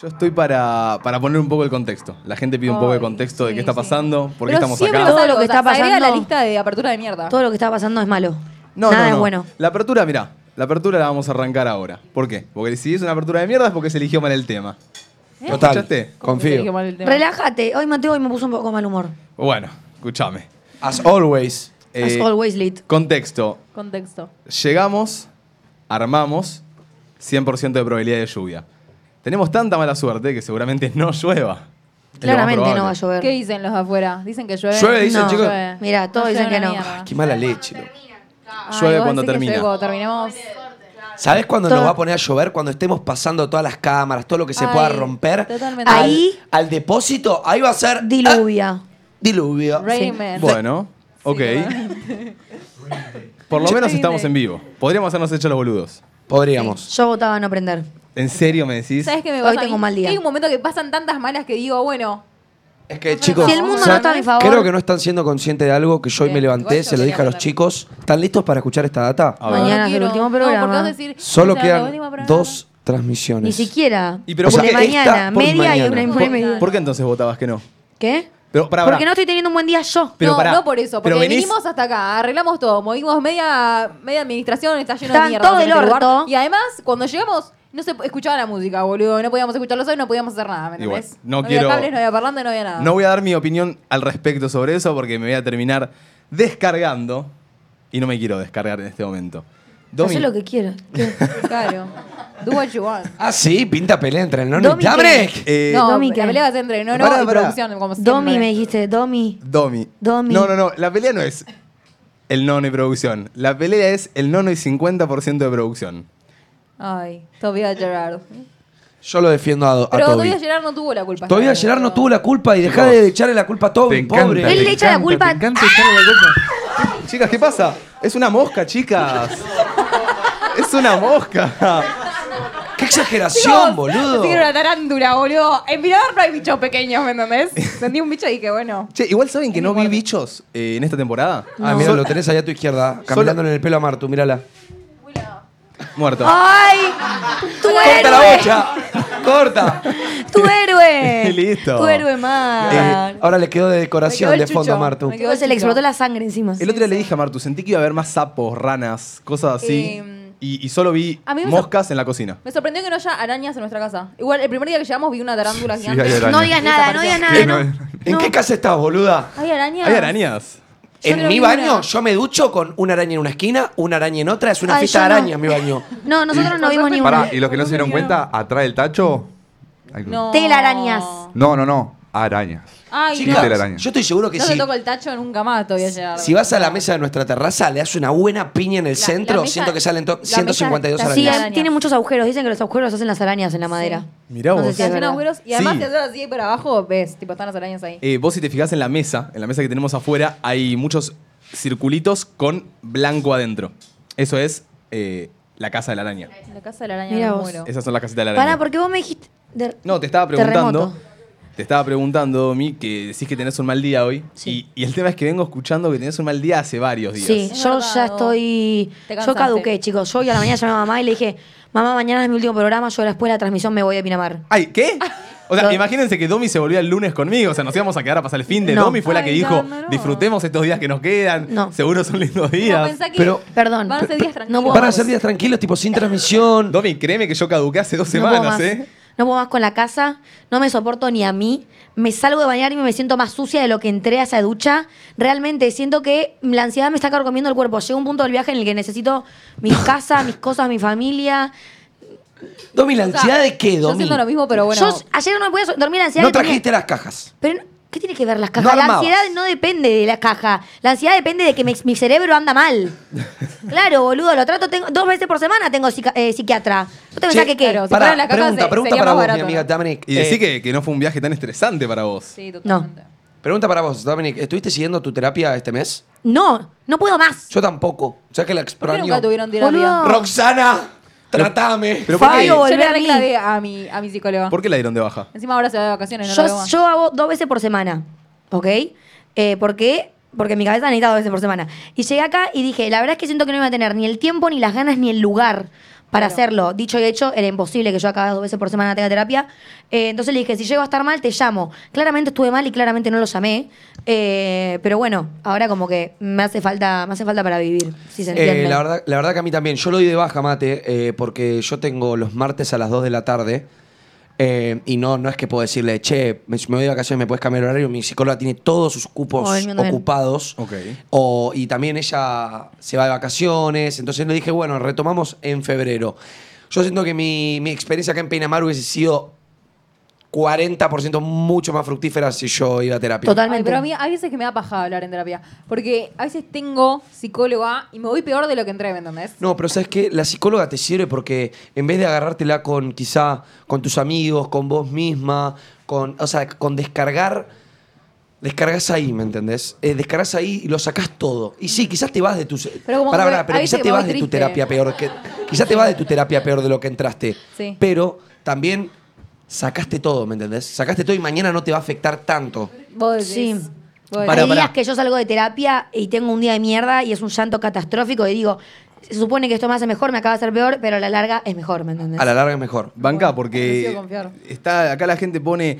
Yo estoy para, para poner un poco el contexto. La gente pide un poco de Ay, contexto de sí, qué está sí. pasando, por qué Pero estamos siempre acá. pasa Todo lo algo, que está o sea, se agrega pasando- la lista de apertura de mierda. Todo lo que está pasando es malo. Ah. No, Nada no, no. es bueno. La apertura, mirá, la apertura la vamos a arrancar ahora. ¿Por qué? Porque si es una apertura de mierda es porque se eligió mal el tema. ¿Eh? ¿Lo Total. escuchaste? Dije Confío. mal el tema. Relájate. Hoy Mateo hoy me puso un poco mal humor. Bueno, escúchame. As always. As Eh, always lit. Contexto. Contexto. Llegamos, armamos, 100% de probabilidad de lluvia. Tenemos tanta mala suerte que seguramente no llueva. Es lo más Claramente probable. no va a llover. ¿Qué dicen los de afuera? Dicen que llueve. Llueve, dicen, No. chicos. Llueve. Mirá, todos No dicen llueve que una no. mierda. Qué mala leche. loco. Ay, Llueve vos cuando decís que termina. llueve cuando terminemos. ¿Sabés cuándo nos Todo- va a poner a llover? Cuando estemos pasando todas las cámaras, todo lo que se Ay, pueda romper. totalmente. Al- Ahí- Al, depósito, ahí va a ser. Diluvia. ah, diluvio. Sí. Rain Man. Bueno, ok. Por lo menos Rain estamos Day. en vivo. Podríamos hacernos hechos los boludos. Podríamos. Yo votaba no prender. ¿En serio me decís? ¿Sabes qué me Hoy pasa? a tengo mí? un mal día. Que Hay un momento que pasan tantas malas que digo, bueno, Es que, chicos. Si el mundo ¿saben? no está a mi favor- Creo que no están siendo conscientes de algo que yo hoy Bien, me igual levanté, yo se lo dije a quería los hablar. chicos. ¿Están listos para escuchar esta data? A ver. Mañana no es el quiero. último No, porque programa. vas a decir, Solo "Esta es la última quedan programa". dos transmisiones. Ni siquiera. Y pero de ¿por qué mañana, esta por media y mañana? una y una y media. ¿Por, por qué entonces votabas que no? ¿Qué? Pero, pará, Porque pará. no estoy teniendo un buen día yo. Pero no, pará, no por eso, porque pero venís- vinimos hasta acá, arreglamos todo, movimos media, media administración, está lleno Estaban de mierda. todo el en este lugar. orto. Y además, cuando llegamos, no se escuchaba la música, boludo, no podíamos escuchar los audios, no podíamos hacer nada, ¿me Igual, entendés? no quiero- había cables, no había parlante, no había nada. No voy a dar mi opinión al respecto sobre eso porque me voy a terminar descargando y no me quiero descargar en este momento. Domi, Hacé lo que quieras. ¿Qué? Claro. Do what you want. Ah, sí, pinta pelea entre el nono Domi, y Tabrek. eh, no, Domi, ¿qué? la pelea es entre no, no, Pará, y pará. producción, como siempre. Domi, me dijiste, Domi. Domi. Domi. No, no, no. La pelea no es el nono y producción. La pelea es el nono y 50% de producción. Ay, Tobias Gerard. Yo lo defiendo a, a Pero Toby. Tobias Gerard no tuvo la culpa. Todavía Gerard, Gerard no boludo. tuvo la culpa y dejá de echarle la culpa a Toby, Te encanta, pobre. te Él le echa la encanta, culpa. te encanta echarle la culpa. Chicas, ¿qué pasa? Es una mosca, chicas. Es una mosca. ¡Qué exageración, Dios, boludo! Así que era una tarántula, boludo. En Mirador no hay bichos pequeños, ¿me entendés? Sentí un bicho y dije, bueno. Che, igual saben que no vi bichos eh, en esta temporada. Ah, mira, lo tenés allá a tu izquierda, caminándole en el pelo a Martu, mírala. Muerto. ¡Ay! ¡Tu ¡Corta la héroe! bocha! ¡Corta! ¡Tu héroe! Listo. ¡Tu héroe, man! Eh, ahora le quedó de Me quedó decoración el de fondo a chucho. Martu. Me quedó- Luego se le explotó la sangre encima. El otro día le dije a Martu, sentí que iba a haber más sapos, ranas, cosas así. Em, Eh, y, y solo vi a mí me moscas en la cocina. Me sorprendió que no haya arañas en nuestra casa. Igual, el primer día que llegamos vi una tarántula Sí, gigante. hay arañas. No digas nada, no digas nada. No. ¿En qué casa estás, boluda? ¿Hay arañas? ¿Hay arañas? Yo En creo mi que una- baño, yo me ducho con una araña en una esquina, una araña en otra, es una Ay, fiesta de yo no. araña mi baño. No, nosotros no Por vimos suerte- ni una. Pará, y los que no se dieron cuenta, atrás del tacho. hay- No. Telarañas. No, no, no. Arañas. Ay, Chicas, no. de la araña. yo estoy seguro que No te sí. toco el tacho nunca más, Tobias Gerard. Si vas a la mesa de nuestra terraza, le das una buena piña en el la centro, mesa- siento que salen to- la mesa 152 está Sí, arañas. arañas. tiene muchos agujeros. Dicen que los agujeros hacen las arañas en la madera. Mirá No sé vos. si es Hacen verdad. agujeros y además Sí. te adoras así para abajo, ves, tipo, están las arañas ahí. Eh, vos si te fijas en la mesa, en la mesa que tenemos afuera, hay muchos circulitos con blanco adentro. Eso es eh, la casa de la araña. La casa de la araña Mira me vos. muero. Esas son las casitas de la araña. Pará, porque vos me dijiste. de- No, te estaba preguntando. Terremoto. Te estaba preguntando, Domi, que decís que tenés un mal día hoy. Sí. Y, y el tema es que vengo escuchando que tenés un mal día hace varios días. Sí, Es yo verdad, ya vos. estoy. Te Yo cansaste. caduqué, chicos. Yo hoy a la mañana llamé a mamá y le dije: Mamá, mañana es mi último programa. Yo después de la transmisión me voy a Pinamar. Ay, ¿qué? O sea, Lo- imagínense que Domi se volvió el lunes conmigo. O sea, nos íbamos a quedar a pasar el fin de No. Domi. Fue la que Ay, dijo, no, no. disfrutemos estos días que nos quedan. No. Seguro son lindos No, días. pensá que Pero- Perdón. Van a ser días No tranquilos. puedo Van a más. ser días tranquilos, tipo sin transmisión. Domi, créeme que yo caduqué hace dos no puedo semanas, más. ¿eh? No puedo más con la casa, no me soporto ni a mí. Me salgo de bañar y me siento más sucia de lo que entré a esa ducha. Realmente siento que la ansiedad me está carcomiendo el cuerpo. Llega un punto del viaje en el que necesito mi casa, mis cosas, mi familia. Domi, ¿la O sea, ansiedad de qué, Yo Domi? siento lo mismo, pero bueno. Yo ayer no me podía so- dormir la ansiedad. No que tenía. trajiste las cajas. Pero, no- ¿qué tiene que ver las No cajas? la armabas. ansiedad no depende de la caja. La ansiedad depende de que mi, mi cerebro anda mal. claro, boludo, lo trato tengo, dos veces por semana tengo psica- eh, psiquiatra. ¿No te pensás Che, que qué? claro, Si Pará, fueran las cajas, pregunta, se- pregunta sería para más vos, mi barato, amiga ¿no? Dominic. Y Eh, decí que, que no fue un viaje tan estresante para vos. Sí, totalmente. Pregunta para vos, Dominic. ¿Estuviste siguiendo tu terapia este mes? No, no puedo más. Yo tampoco. O sea que la ¿Por qué extraño. nunca tuvieron terapia? Boludo. Roxana, tratame. Pero ¿por qué, Fabio, Yo volvé le a mí. arreglé a mi, a mi Ah. psicóloga. por qué la dieron de baja? Encima ahora se va de vacaciones, no la veo Yo, más. yo hago dos veces por semana, ¿ok? Eh, ¿Por qué? Porque mi cabeza necesita dos veces por semana. Y llegué acá y dije, la verdad es que siento que no iba a tener ni el tiempo, ni las ganas, ni el lugar para hacerlo. Dicho y hecho, era imposible que yo acá dos veces por semana tenga terapia. Eh, entonces le dije, si llego a estar mal, te llamo. Claramente estuve mal y claramente no lo llamé. Eh, pero bueno, ahora como que me hace falta, me hace falta para vivir, si se entiende. Eh, la, verdad, la verdad que a mí también. Yo lo doy de baja, mate, eh, porque yo tengo los martes a las 2 de la tarde. eh, y no, no es que puedo decirle, che, me, me voy de vacaciones, me puedes cambiar el horario. Mi psicóloga tiene todos sus cupos Ay, el mío también. ocupados. Ok. O- y también ella se va de vacaciones. Entonces le dije, bueno, retomamos en febrero. Yo siento que mi, mi experiencia acá en Pinamar hubiese sido 40% mucho más fructífera si yo iba a terapia. Totalmente. Ay, pero a mí hay veces que me da paja hablar en terapia. Porque a veces tengo psicóloga y me voy peor de lo que entré, ¿me entendés? No, pero ¿sabes qué? La psicóloga te sirve porque en vez de agarrártela con quizá con tus amigos, con vos misma, con, o sea, con descargar, descargas ahí, ¿me entendés? Eh, descargas ahí y lo sacás todo. Y sí, quizás te vas de tus Pero como Pará, que pará, pero ahí quizás te te voy vas de tu triste. terapia peor que quizás te vas de tu terapia peor de lo que entraste. Sí. Pero también sacaste todo, ¿me entendés? Sacaste todo y mañana no te va a afectar tanto. Vos decís. Sí. Vos decís. Pará, Hay pará. días que yo salgo de terapia y tengo un día de mierda y es un llanto catastrófico y digo, se supone que esto me hace mejor, me acaba de hacer peor, pero a la larga es mejor, ¿me entendés? A la larga es mejor. Banca, prefiero porque confiar. está, acá la gente pone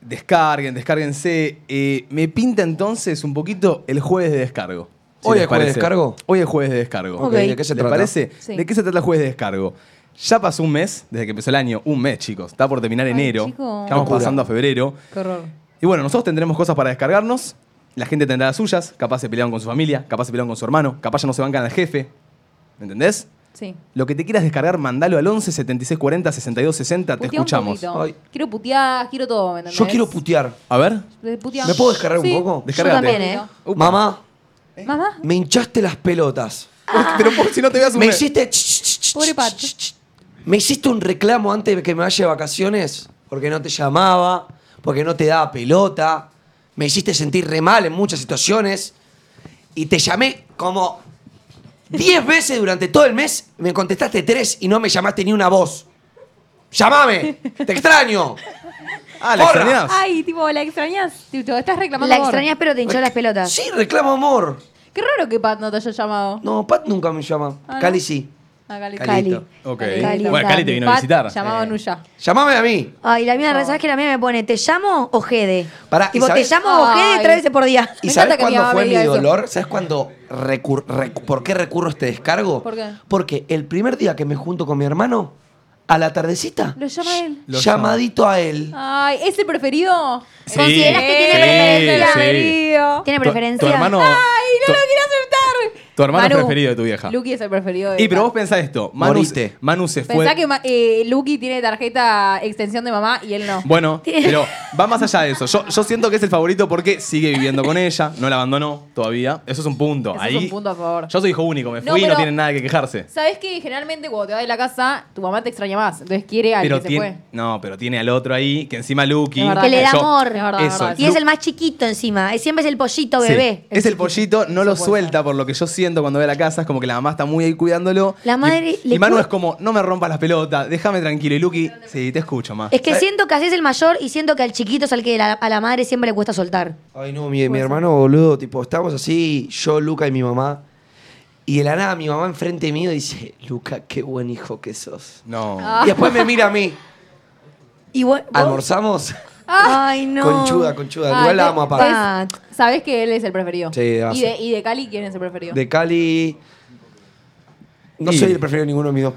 descarguen, descárguense. Eh, me pinta entonces un poquito el jueves de descargo. si ¿Hoy les es jueves de parece. descargo? Hoy es jueves de descargo. Ok, ¿de qué se ¿Les trata? parece? Sí. ¿De qué se trata el jueves de descargo? Ya pasó un mes, desde que empezó el año, un mes, chicos. Está por terminar Ay, enero. chico. Estamos Locura. pasando a febrero. Qué horror. Y bueno, nosotros tendremos cosas para descargarnos. La gente tendrá las suyas. Capaz se pelearon con su familia, capaz se pelearon con su hermano, capaz ya no se bancan al jefe. ¿Me entendés? Sí. Lo que te quieras descargar, mandalo al 11 76 40 62 60. Te Putea un escuchamos. poquito. Ay. Quiero putear, quiero todo, ¿me entendés? Yo quiero putear. A ver. De putear. ¿Me puedo descargar un Sí. poco? Descárgate. también, ¿eh? Upa. Mamá, Mamá, me hinchaste las pelotas. Pero Ah. por si no te veas Me hiciste. Pobre Pat. Me hiciste un reclamo antes de que me vaya de vacaciones porque no te llamaba, porque no te daba pelota. Me hiciste sentir re mal en muchas situaciones. Y te llamé como 10 veces durante todo el mes. Me contestaste tres y no me llamaste ni una voz. ¡Llamame! ¡Te extraño! Ah, ¿la Porra. extrañás? ay, tipo, la extrañas. Tipo, estás reclamando. La amor. extrañas pero te hinchó las pelotas. Sí, reclamo amor. Qué raro que Pat no te haya llamado. No, Pat nunca me llama. Ah, ¿no? Cali sí. A Cali. Cali. Cali. Calito. Ok. Cali, bueno, Cali te vino a Pat visitar. Eh. Llamaba a Nuya. Llamame a mí. Ay, la mía, ¿sabes que la mía me pone, ¿te llamo o Jede? Pará, ¿y Tipo, te sabés- llamo o Jede Ay. tres veces por día. ¿Y Me sabes encanta que mi cuándo mamá fue me mi diga eso. dolor? ¿Sabes cuándo recur- recu- por qué recurro a este descargo? ¿Por qué? Porque el primer día que me junto con mi hermano, a la tardecita, Lo llama él. Lo llamadito a él. Ay, ¿es el preferido? Eh, Sí. ¿Considerás que tiene Sí, preferencia? sí. preferido. ¿Tiene Tu- preferencia? Tu, hermano. Ay, no lo tu- quiero aceptar. Tu hermano es preferido de tu vieja. Luki es el preferido de Y pero Pat. vos pensás esto. Manu, Moriste. Manu se fue. Pensá que ma- eh, Luki tiene tarjeta extensión de mamá y él no. Bueno, pero va más allá de eso. Yo, yo siento que es el favorito porque sigue viviendo con ella, no la abandonó todavía. Eso es un punto. Eso es Ahí, un punto a favor. Yo soy hijo único, me fui No, y no pero- tienen nada que quejarse. Sabes que generalmente cuando te vas de la casa, tu mamá te extraña más. Entonces quiere al Pero que se tiene, fue. no, pero tiene al otro ahí, que encima Lucky. Es verdad. Que le da yo- amor. Es verdad, es Eso, verdad. Y es Lu- el más chiquito encima. Es- Siempre es el pollito Sí. bebé. Es el chiquito. pollito, no lo Eso puede suelta por lo que yo siento cuando ve la casa, es como que la mamá está muy ahí cuidándolo. La Y- madre Y, le Manu cura- es como, no me rompas las pelotas, déjame tranquilo. Y Lucky, sí, te escucho, ma. Es que siento que así es el mayor y siento que al chiquito es al que la- a la madre siempre le cuesta soltar. Ay, no, mi, mi hermano, boludo, tipo, estábamos así, yo, Luca y mi mamá. Y de la nada, mi mamá enfrente mío dice, Luca, qué buen hijo que sos. No. Ah. Y después me mira a mí. Y vos- vos- ¿Almorzamos? Ay, no. Conchuda, conchuda. Ah, Igual la te- amo a Pat. Pat. Sabes que él es el preferido. Sí, de base. y, de, y de Cali, ¿quién es el preferido? De Cali. No Y- soy el preferido de ninguno de mis dos Ah,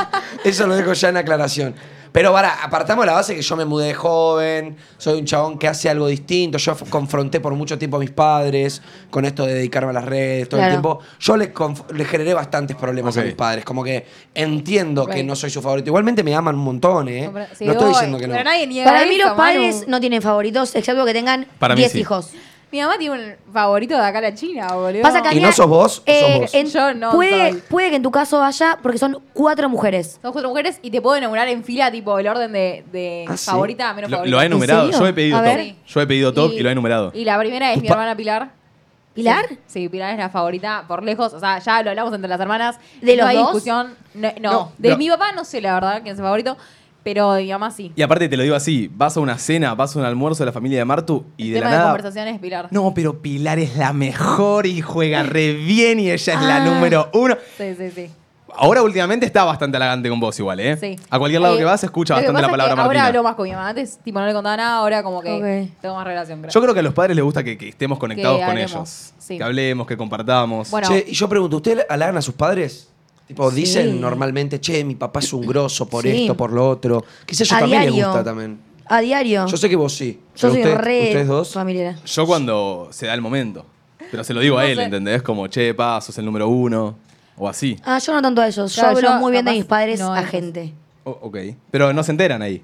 padres. Eso lo dejo ya en aclaración. Pero para, apartamos la base que yo me mudé de joven, soy un chabón que hace algo distinto. Yo f- confronté por mucho tiempo a mis padres con esto de dedicarme a las redes todo el Claro. tiempo. Yo les, conf- les generé bastantes problemas Ok. a mis padres. Como que entiendo que Right. no soy su favorito. Igualmente me aman un montón, ¿eh? Sí, no estoy voy. diciendo que no. Pero nadie niega Para mí eso, los padres Manu. no tienen favoritos, excepto que tengan Para mí 10 sí. hijos. Mi mamá tiene un favorito de acá a la China, boludo. Pasa que ¿Y acá- no sos vos? ¿Sos vos? Yo no puede, soy. puede que en tu caso haya, porque son cuatro mujeres. Son cuatro mujeres y te puedo enumerar en fila, tipo, el orden de, de Ah, ¿sí? favorita a menos Lo, favorita. lo ha ¿En enumerado, serio? yo he pedido A top. ver. Yo he pedido top y, lo he enumerado. Y la primera es Tus mi pa- hermana Pilar. ¿Pilar? Sí, sí, Pilar es la favorita por lejos. O sea, ya lo hablamos entre las hermanas. ¿De no los hay dos? discusión. No, no. No, de no. mi papá no sé, la verdad, quién es el favorito. Pero de mi mamá sí. Y aparte te lo digo así, vas a una cena, vas a un almuerzo de la familia de Martu y El de tema la de nada... conversaciones, Pilar. No, pero Pilar es la mejor y juega re bien y ella es la Ah. número uno. Sí, sí, sí. Ahora últimamente está bastante halagante con vos igual, ¿eh? Sí. A cualquier lado Eh, que vas se escucha lo que bastante la pasa es palabra que Ahora Martina. hablo más con mi mamá. Antes, tipo, no le contaba nada. Ahora, como que Ok. tengo más relación. creo. Yo creo que a los padres les gusta que, que estemos conectados con hablemos, ellos. sí. Que hablemos, que compartamos. Bueno. Che, y yo pregunto, ¿ustedes halagan a sus padres? Tipo, Sí. dicen normalmente, che, mi papá es un grosso por Sí. esto, por lo otro. Quizás yo A también les diario. gusta también. A diario. Yo sé que vos sí. Yo pero soy usted- re ¿Ustedes dos? familiera. Yo cuando se da el momento. Pero se lo digo No a él, sé. ¿entendés? Como, che, pa, sos el número uno. O así. Ah, yo no tanto a ellos. Claro, yo yo hablo muy bien de capaz mis padres no a es- gente. O- ok. Pero no se enteran ahí.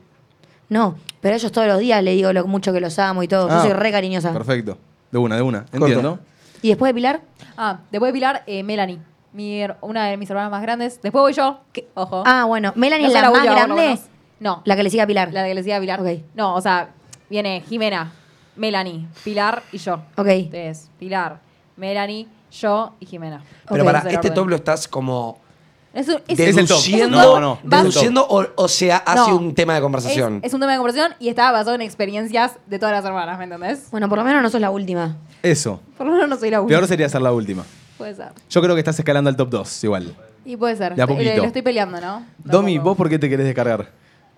No, pero ellos todos los días le digo lo mucho que los amo y todo. Ah, yo soy re cariñosa. Perfecto. De una, de una. Corta. Entiendo. ¿Y después de Pilar? Ah, después de Pilar, eh, Melanie. Mi her- una de mis hermanas más grandes. Después voy yo. que- Ojo. Ah, bueno. ¿Melanie No es soy la, más última, por lo grande? menos. No. La que le sigue a Pilar. La de que le decía a Pilar. Ok. No, o sea, viene Jimena, Melanie, Pilar y yo. Ok. Entonces, Pilar, Melanie, yo y Jimena. Pero Ok. para Ese es el este orden. top lo estás como Es un, es- el top. deduciendo, No, no, no, es el deduciendo o, o sea, hace No. un tema de conversación. Es, es un tema de conversación y estaba basado en experiencias de todas las hermanas, ¿me entendés? Bueno, por lo menos no sos la última. Eso. Por lo menos no soy la única. Peor sería ser la última. Puede ser. Yo creo que estás escalando al top 2 igual. Y puede ser. De a Eh, poquito. Lo estoy peleando, ¿no? Domi, Tampoco. ¿vos por qué te querés descargar?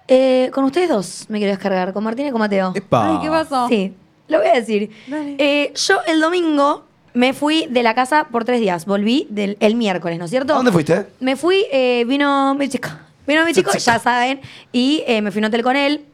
Eh, con ustedes dos me quiero descargar, con Martín y con Mateo. ¡Epa! Ay, ¿qué pasó? Sí, lo voy a decir. Dale. Eh, yo el domingo me fui de la casa por tres días. Volví del, el miércoles, ¿no es cierto? ¿A dónde fuiste? Me fui, eh, vino mi chico. Vino mi chico, ya saben. Y eh, me fui a un hotel con él.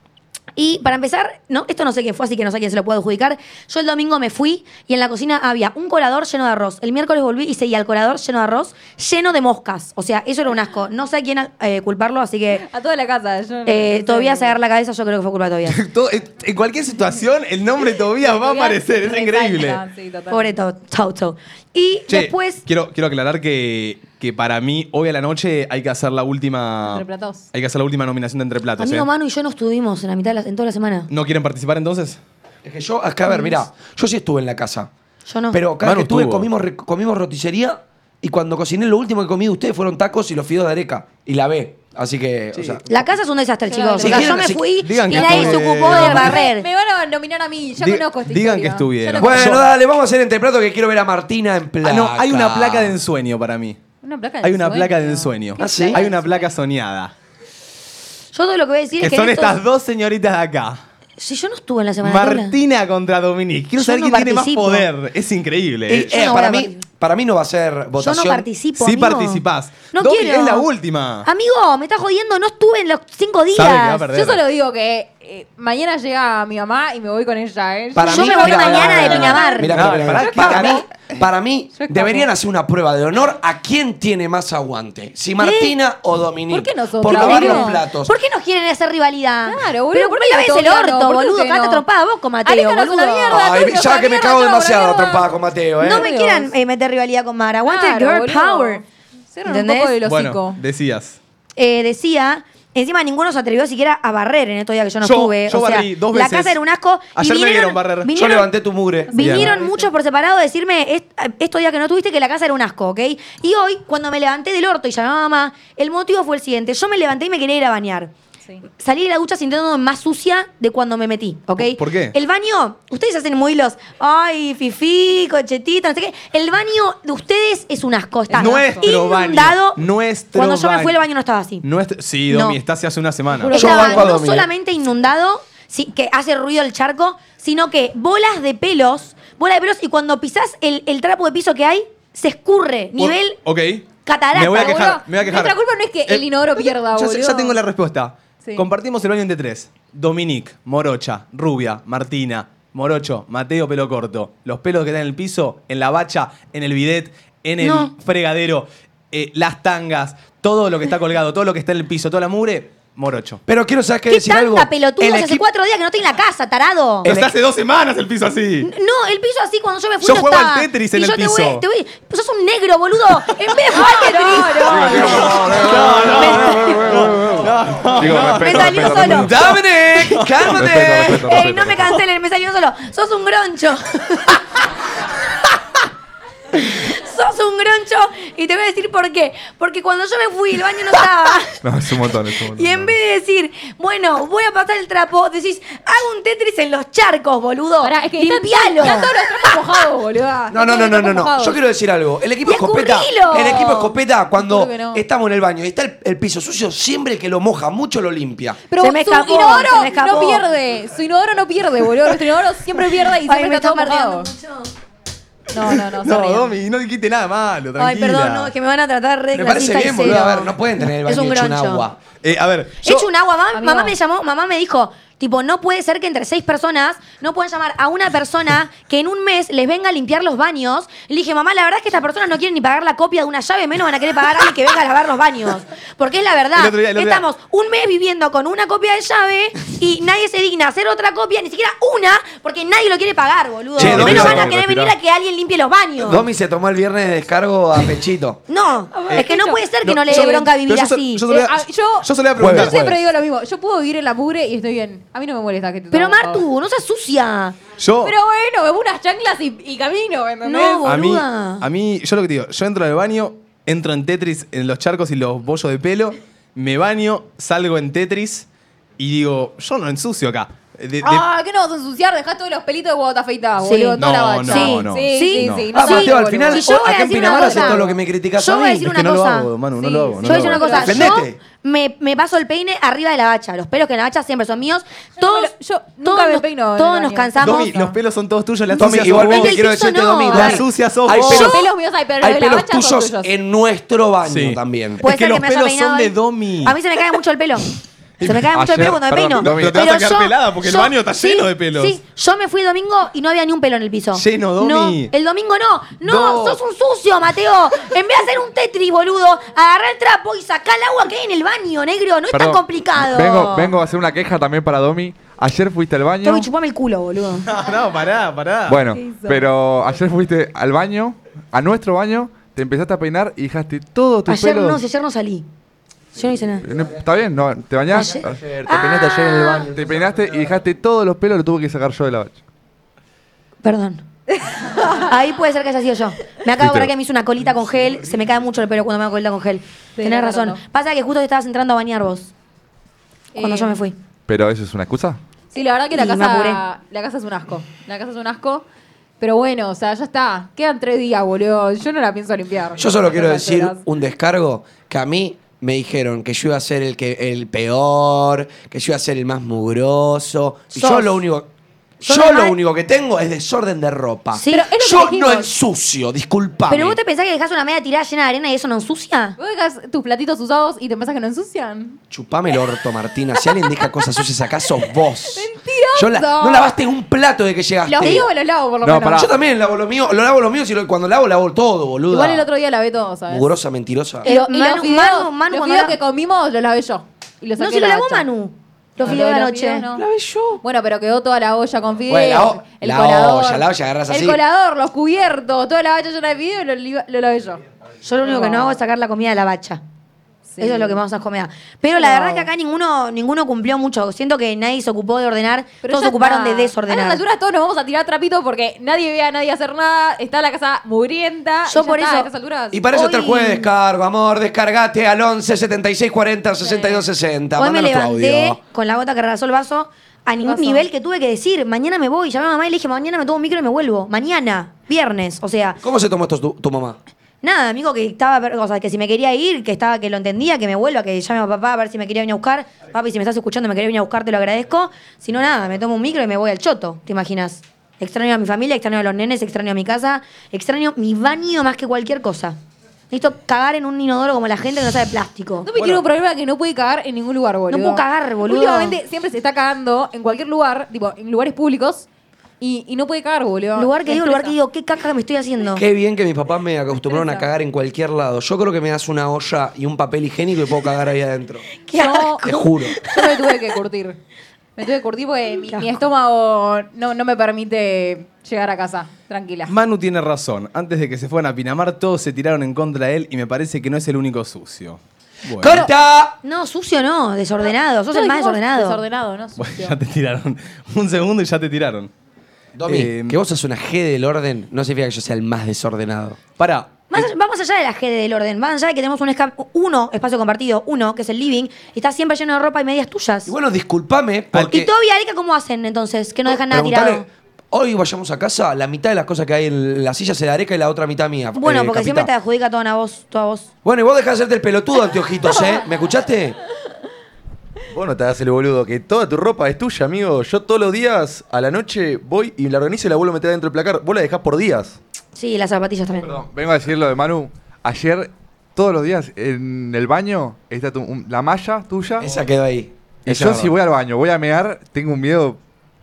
Y para empezar, no, esto no sé quién fue, así que no sé quién se lo puedo adjudicar. Yo el domingo me fui y en la cocina había un colador lleno de arroz. El miércoles volví y seguía el colador lleno de arroz, lleno de moscas. O sea, eso era un asco. No sé a quién eh, culparlo, así que A toda la casa. Yo eh, todavía se se agarra la cabeza, yo creo que fue culpa todavía. Todo- en- eh, en cualquier situación, el nombre de Tobías va a aparecer. Es increíble. Sí, total. Pobre Toto. Y Che, después, Quiero, quiero aclarar que, que para mí, hoy a la noche, hay que hacer la última. Entre platos. Hay que hacer la última nominación de Entre Platos. amigo ¿eh? Manu y yo no estuvimos en la mitad de la, en toda la semana. ¿No quieren participar entonces? Es que yo, acá, a ver, mira, yo sí estuve en la casa. Yo no. Pero cada vez Manu que estuve estuvo. comimos, re- comimos roticería y cuando cociné lo úlimo que comí de ustedes fueron tacos y los fideos de areca. Y la B. Así que, o sea, la casa es un desastre, Yo chicos. la O sea, verdad. yo me Si fui quieren, si- digan y que nadie se estuve- ocupó de Me- barrer. Me van a nominar a mí. Yo Di- conozco esta digan historia. que estuvieron. Yo no Bueno, conozco- dale, vamos a hacer entre plato que quiero ver a Martina en placa. Ah, no, hay una placa de ensueño para mí. Una placa de Hay una ensueño. placa de ensueño. ¿Qué Ah, sí. Hay de una ensueño? placa soñada. Yo todo lo que voy a decir Que es que. son estos- estas dos señoritas de acá. Si yo no estuve en la semana de Martina contra Dominique. Quiero Yo saber no quién tiene participo. más poder. Es increíble. Y, ¿eh? Yo eh, no para, voy a mí, participar. para mí no va a ser Yo votación. no participo. Sí amigo. participás. No Domi, quiero. Ah, es la última. Amigo, me estás jodiendo. No estuve en los cinco días. Sabe que va a perder. Yo solo digo que eh, mañana llega mi mamá y me voy con ella. ¿eh? Para Yo mí, me voy mira, mañana mira, de mira, Pinamar. mira, No, mira, mira, pará, mira. ¿qué para capo? mí, para mí Yo escapo. deberían hacer una prueba de honor a quién tiene más aguante, si Martina o Dominique. ¿Por qué nosotros? Por ¿Por lavar qué los no? platos. ¿Por qué nos quieren hacer rivalidad? Claro, boludo. Pero ¿Por qué la ves todo el odiando? orto, ¿Por qué boludo? usted Canta no? tropada vos con Mateo, Arica, no es una boludo. mierda. Ay, Antonio, ya que me mierda, cago no, demasiado mierda. trompada con Mateo, ¿eh? No me Dios. quieran eh, meter rivalidad con Mara. Aguante Claro, Girl boludo. Power. Cierran un ¿Entendés? poco el hocico. Bueno, decías. eh, decía. Encima ninguno se atrevió siquiera a barrer en estos días que yo no Yo- estuve. yo o sea, barrí dos la veces. casa era un asco. y Ayer me vinieron- vieron barrer. Yo Yo vinieron- levanté tu mugre. Vinieron Bien. muchos por separado a decirme "Est- estos días que no estuviste que la casa era un asco, ¿ok? Y hoy, cuando me levanté del orto y llamaba a mamá, el motivo fue el siguiente. Yo me levanté y me quería ir a bañar. Sí. Salí de la ducha sintiéndome más sucia de cuando me metí, ¿ok? ¿Por qué? El baño, ustedes hacen muy los, ay, fifí, cochetita, no sé qué. El baño de ustedes es un asco. Está Nuestro inundado. baño. Nuestro cuando yo me baño. fui el baño no estaba así. Nuestro- sí, Domi, No. está hace hace una semana. Juro- Yo Estaba banco a no Domi, eh. solamente inundado, sí, que hace ruido el charco, sino que bolas de pelos, bolas de pelos, y cuando pisás el, el trapo de piso que hay, se escurre, Por- nivel ok. catarata. Me voy a boludo. quejar. Me voy a quejar. Nuestra culpa no es que el inodoro pierda, ya, boludo. ya tengo la respuesta. Sí. Compartimos el baño entre tres. Dominique, Morocha, Rubia, Martina, Morocho, Mateo, pelo corto. Los pelos que están en el piso, en la bacha, en el bidet, en el No. fregadero, eh, las tangas, todo lo que está colgado, todo lo que está en el piso, toda la mugre, Morocho. Pero quiero saber qué ¿Qué decir tanta algo. pelotudos? El Hace equipo- cuatro días que no estoy en la casa, tarado. Pero está hace dos semanas el piso así. No, el piso así cuando yo me fui Yo no juego al estaba. Tetris Y en el yo te voy- piso. te voy- pues sos un negro, boludo. En vez de jugar al Tetris. Chicos, Me respeto, salió respeto, solo. respeto. Dominic, Respeto, cálmate. respeto, Ey, respeto. Eh, no me cancelen, me salió solo. Sos un groncho. Sos un groncho y te voy a decir por qué. Porque cuando yo me fui, el baño no estaba. No, es un montón, es un montón. Y en vez de decir, bueno, voy a pasar el trapo, decís, hago un Tetris en los charcos, boludo. Pará, es que están- Limpialo. Están todos los trapos mojados, boludo. No, no, no, no, no, no. Yo quiero decir algo. El equipo Y escopeta. escurrilo. El equipo escopeta, cuando Juro que no. estamos en el baño y está el, el piso sucio, siempre el que lo moja mucho lo limpia. Pero Se me su escapó, inodoro se me escapó. no pierde. Su inodoro no pierde, boludo. Nuestro inodoro siempre pierde y siempre Ay, me está está todo bardeando mojado. mucho. No, no, no. se No, ríen. Domi, no dijiste nada malo, tranquila. Ay, perdón, no, es que me van a tratar re de Me parece clasista y bien, boludo. cero. A ver, no pueden tener el Es baño un hecho un groncho. agua. Eh, a ver, He yo- hecho un agua. Mamá, Amigo. mamá me llamó, mamá me dijo, tipo, no puede ser que entre seis personas no puedan llamar a una persona que en un mes les venga a limpiar los baños. Le dije, mamá, la verdad es que estas personas no quieren ni pagar la copia de una llave, menos van a querer pagar a alguien que venga a lavar los baños. Porque es la verdad. El otro día, el otro día. Estamos un mes viviendo con una copia de llave y nadie se digna a hacer otra copia, ni siquiera una, porque nadie lo quiere pagar, boludo. Che, menos Domi, van a vamos, querer respirá. venir a que alguien limpie los baños. Domi se tomó el viernes de descargo a pechito. No, es que no puede ser que no, le Eh, yo- dé bronca pero vivir yo so- así. Yo solía, Eh, ah, yo- yo solía Jueves, preguntar. Yo siempre digo lo mismo. Yo puedo vivir en la mugre y estoy bien. A mí no me molesta que te Pero tomen, Martu, no seas sucia. Yo- Pero bueno, bebo unas chanclas y, y camino, ¿entendés? No, a mí, boluda. a mí, yo lo que te digo, yo entro al baño, entro en Tetris, en los charcos y los bollos de pelo, me baño, salgo en Tetris y digo, yo no ensucio acá. De- de- Ah, ¿qué no vas a ensuciar? Dejá todos los pelitos de guata afeitada, Sí. boludo. toda la No, bacha. no, sí, no. sí, sí, No. sí, Ah, no, Mateo, al boludo. final, Y yo o- voy a acá en decir una Pinamar haces cosa. todo lo que me criticas Yo a voy a mí. decir es que una no cosa. lo hago, Manu, no Sí, lo hago. no Yo lo voy a decir una hago. cosa. Yo Defendete. me, me paso el peine arriba de la bacha. Los pelos que en la bacha siempre son míos. Yo no Todos, me lo- yo nunca todos me nos- peino en el Todos baño. nos cansamos. Domi, los pelos son todos tuyos, las Domi, sucias sos igualmente vos. del quiero piso decirte, no. Domi, La Domi, sucia sos hay vos. pelos- Los pelos míos hay, pero hay los de la pelos bacha son tuyos tuyos. en nuestro baño Sí. también. Pues, Es que los haya pelos son peinado de hoy. Domi. A mí se me cae mucho el pelo. Se me cae mucho el Ayer- pelo cuando me perdón, peino. Domi. Pero te vas a quedar pelada porque el baño está lleno de pelos. Sí, yo me fui el domingo y no había ni un pelo en el piso. Lleno, Domi. No, el domingo no. No, No. sos un sucio, Mateo. En vez de hacer un tetris, boludo, agarrá el trapo y sacá el agua que hay en el baño, negro. No es Perdón, tan complicado. Vengo, vengo a hacer una queja también para Domi. Ayer fuiste al baño. Domi, chupame el culo, boludo. no, pará, pará. Bueno, ¿Qué hizo? pero ayer fuiste al baño, a nuestro baño, te empezaste a peinar y dejaste todo tu Ayer pelo. no, si ayer no salí. Yo no hice nada. Eh, No, Está bien, no, te bañaste. Ayer. te peinaste ayer en el baño. Te peinaste y dejaste todos los pelos, lo tuve que sacar yo de la bacha. Perdón. Ahí puede ser que haya sido yo. Me acabo de acordar que me hice una colita con gel. Se me cae mucho el pelo cuando me hago colita con gel. Tenés no, razón. no, no. Pasa que justo te estabas entrando a bañar vos. Cuando Eh, yo me fui. Pero eso es una excusa. Sí, la verdad que la Y me apuré. casa, la casa es un asco. La casa es un asco. Pero bueno, o sea, ya está. Quedan tres días, boludo. Yo no la pienso limpiar. Yo solo quiero Las decir telas. un descargo que a mí me dijeron que yo iba a ser el que el peor, que yo iba a ser el más mugroso. Y yo Sos. lo único Sos yo el lo más- único que tengo es desorden de ropa. Sí. Pero es lo que yo dijimos. no ensucio, disculpame. Pero vos te pensás que dejás una media tirada llena de arena y eso no ensucia. ¿Vos dejas tus platitos usados y te pensás que no ensucian? Chupame el orto, Martina. Si alguien deja cosas sucias acá, sos vos. Mentiroso. Yo la- no lavaste un plato de que llegaste. Los míos me los lavo, por lo No, menos. pará. Yo también lavo lo mío, lo lavo lo mío, si lo- cuando lavo, lavo todo, boludo. Igual el otro día lavé todo, ¿sabes? Eh, Mugrosa, mentirosa. Y, lo- y Manu- los fideos, Manu- Manu los cuando fideos la- que comimos los lavé yo. Y los No, saqué de si lo la lavó hacha. Manu. Los No, fideos de los anoche. fideos no. Lavé yo. Bueno, pero quedó toda la olla con fideos. Bueno, la o- el la colador, olla, la olla agarrás así. El colador, los cubiertos, toda la olla llena de fideos y lo, li- lo lavé yo. Yo lo único que no hago es sacar la comida de la bacha. Sí. Eso es lo que vamos a comer. Pero la No. verdad es que acá ninguno, ninguno cumplió mucho. Siento que nadie se ocupó de ordenar, todos ya se ocuparon está. de desordenar. A estas alturas todos nos vamos a tirar trapitos porque nadie ve a nadie hacer nada. Está la casa mugrienta. Yo y ya por está, eso- a estas alturas. Y para eso está el Hoy- jueves de descargo, amor. Descargate al 11 76 40 62 60. Hoy me Mándanos tu levanté audio. con la gota que arrasó el vaso a ningún Vaso. nivel que tuve que decir, mañana me voy, llamé a mamá y le dije, mañana me tomo un micro y me vuelvo. Mañana, viernes, o sea, ¿Cómo se tomó esto tu, tu mamá? nada, amigo que estaba, per- o sea, que si me quería ir, que estaba, que lo entendía, que me vuelva, que llame a papá a ver si me quería venir a buscar. Papi, si me estás escuchando, me quería venir a buscar, te lo agradezco. Si no, nada, me tomo un micro y me voy al choto, ¿te imaginas? Extraño a mi familia, extraño a los nenes, extraño a mi casa, extraño mi baño más que cualquier cosa. Necesito cagar en un inodoro como la gente que no sabe plástico. No me tiene un problema que no puede cagar en ningún lugar, boludo. No puedo cagar, boludo. Últimamente siempre se está cagando en cualquier lugar, tipo en lugares públicos, y, y no puede cagar, boludo. Lugar que Me digo, lugar que estresa. digo, ¿qué caca me estoy haciendo? Qué bien que mis papás me acostumbraron a cagar en cualquier lado. Yo creo que me das una olla y un papel higiénico y puedo cagar ahí adentro. Qué Yo- Te juro. Yo me tuve que curtir. Me tuve que curtir porque mi, Qué mi asco. estómago no, no me permite llegar a casa tranquila. Manu tiene razón. Antes de que se fueran a Pinamar, todos se tiraron en contra de él y me parece que no es el único sucio. Bueno, ¡Corta! No, sucio no, desordenado. Sos Todos el más dijimos desordenado. Desordenado, ¿no? Bueno, Sucio. ya te tiraron. Un segundo y ya te tiraron. Domi, Eh, que vos sos una G del orden no significa que yo sea el más desordenado. Para. Manu Más allá- vamos allá de la G del orden, más allá de que tenemos un esca- uno, espacio compartido, uno, que es el living, y está siempre lleno de ropa y medias tuyas. Y bueno, discúlpame porque... ¿Y Toby y Arica cómo hacen entonces? Que no dejan nada Preguntale, tirado. Hoy vayamos a casa, la mitad de las cosas que hay en la silla se la areca y la otra mitad mía. Bueno, eh, porque capitán. siempre te adjudica toda una voz, toda voz. Bueno, y vos dejás de hacerte el pelotudo, anteojitos, ¿eh? ¿Me escuchaste? Vos no te hagas el boludo, que toda tu ropa es tuya, amigo. Yo todos los días a la noche voy y la organizo y la vuelvo a meter dentro del placar. Vos la dejás por días. Sí, las zapatillas también. Perdón, vengo a decir lo de Manu. Ayer, todos los días, en el baño, está tu- un- la malla tuya. Esa quedó ahí. Y Esa yo verdad. si voy al baño, voy a mear, tengo un miedo.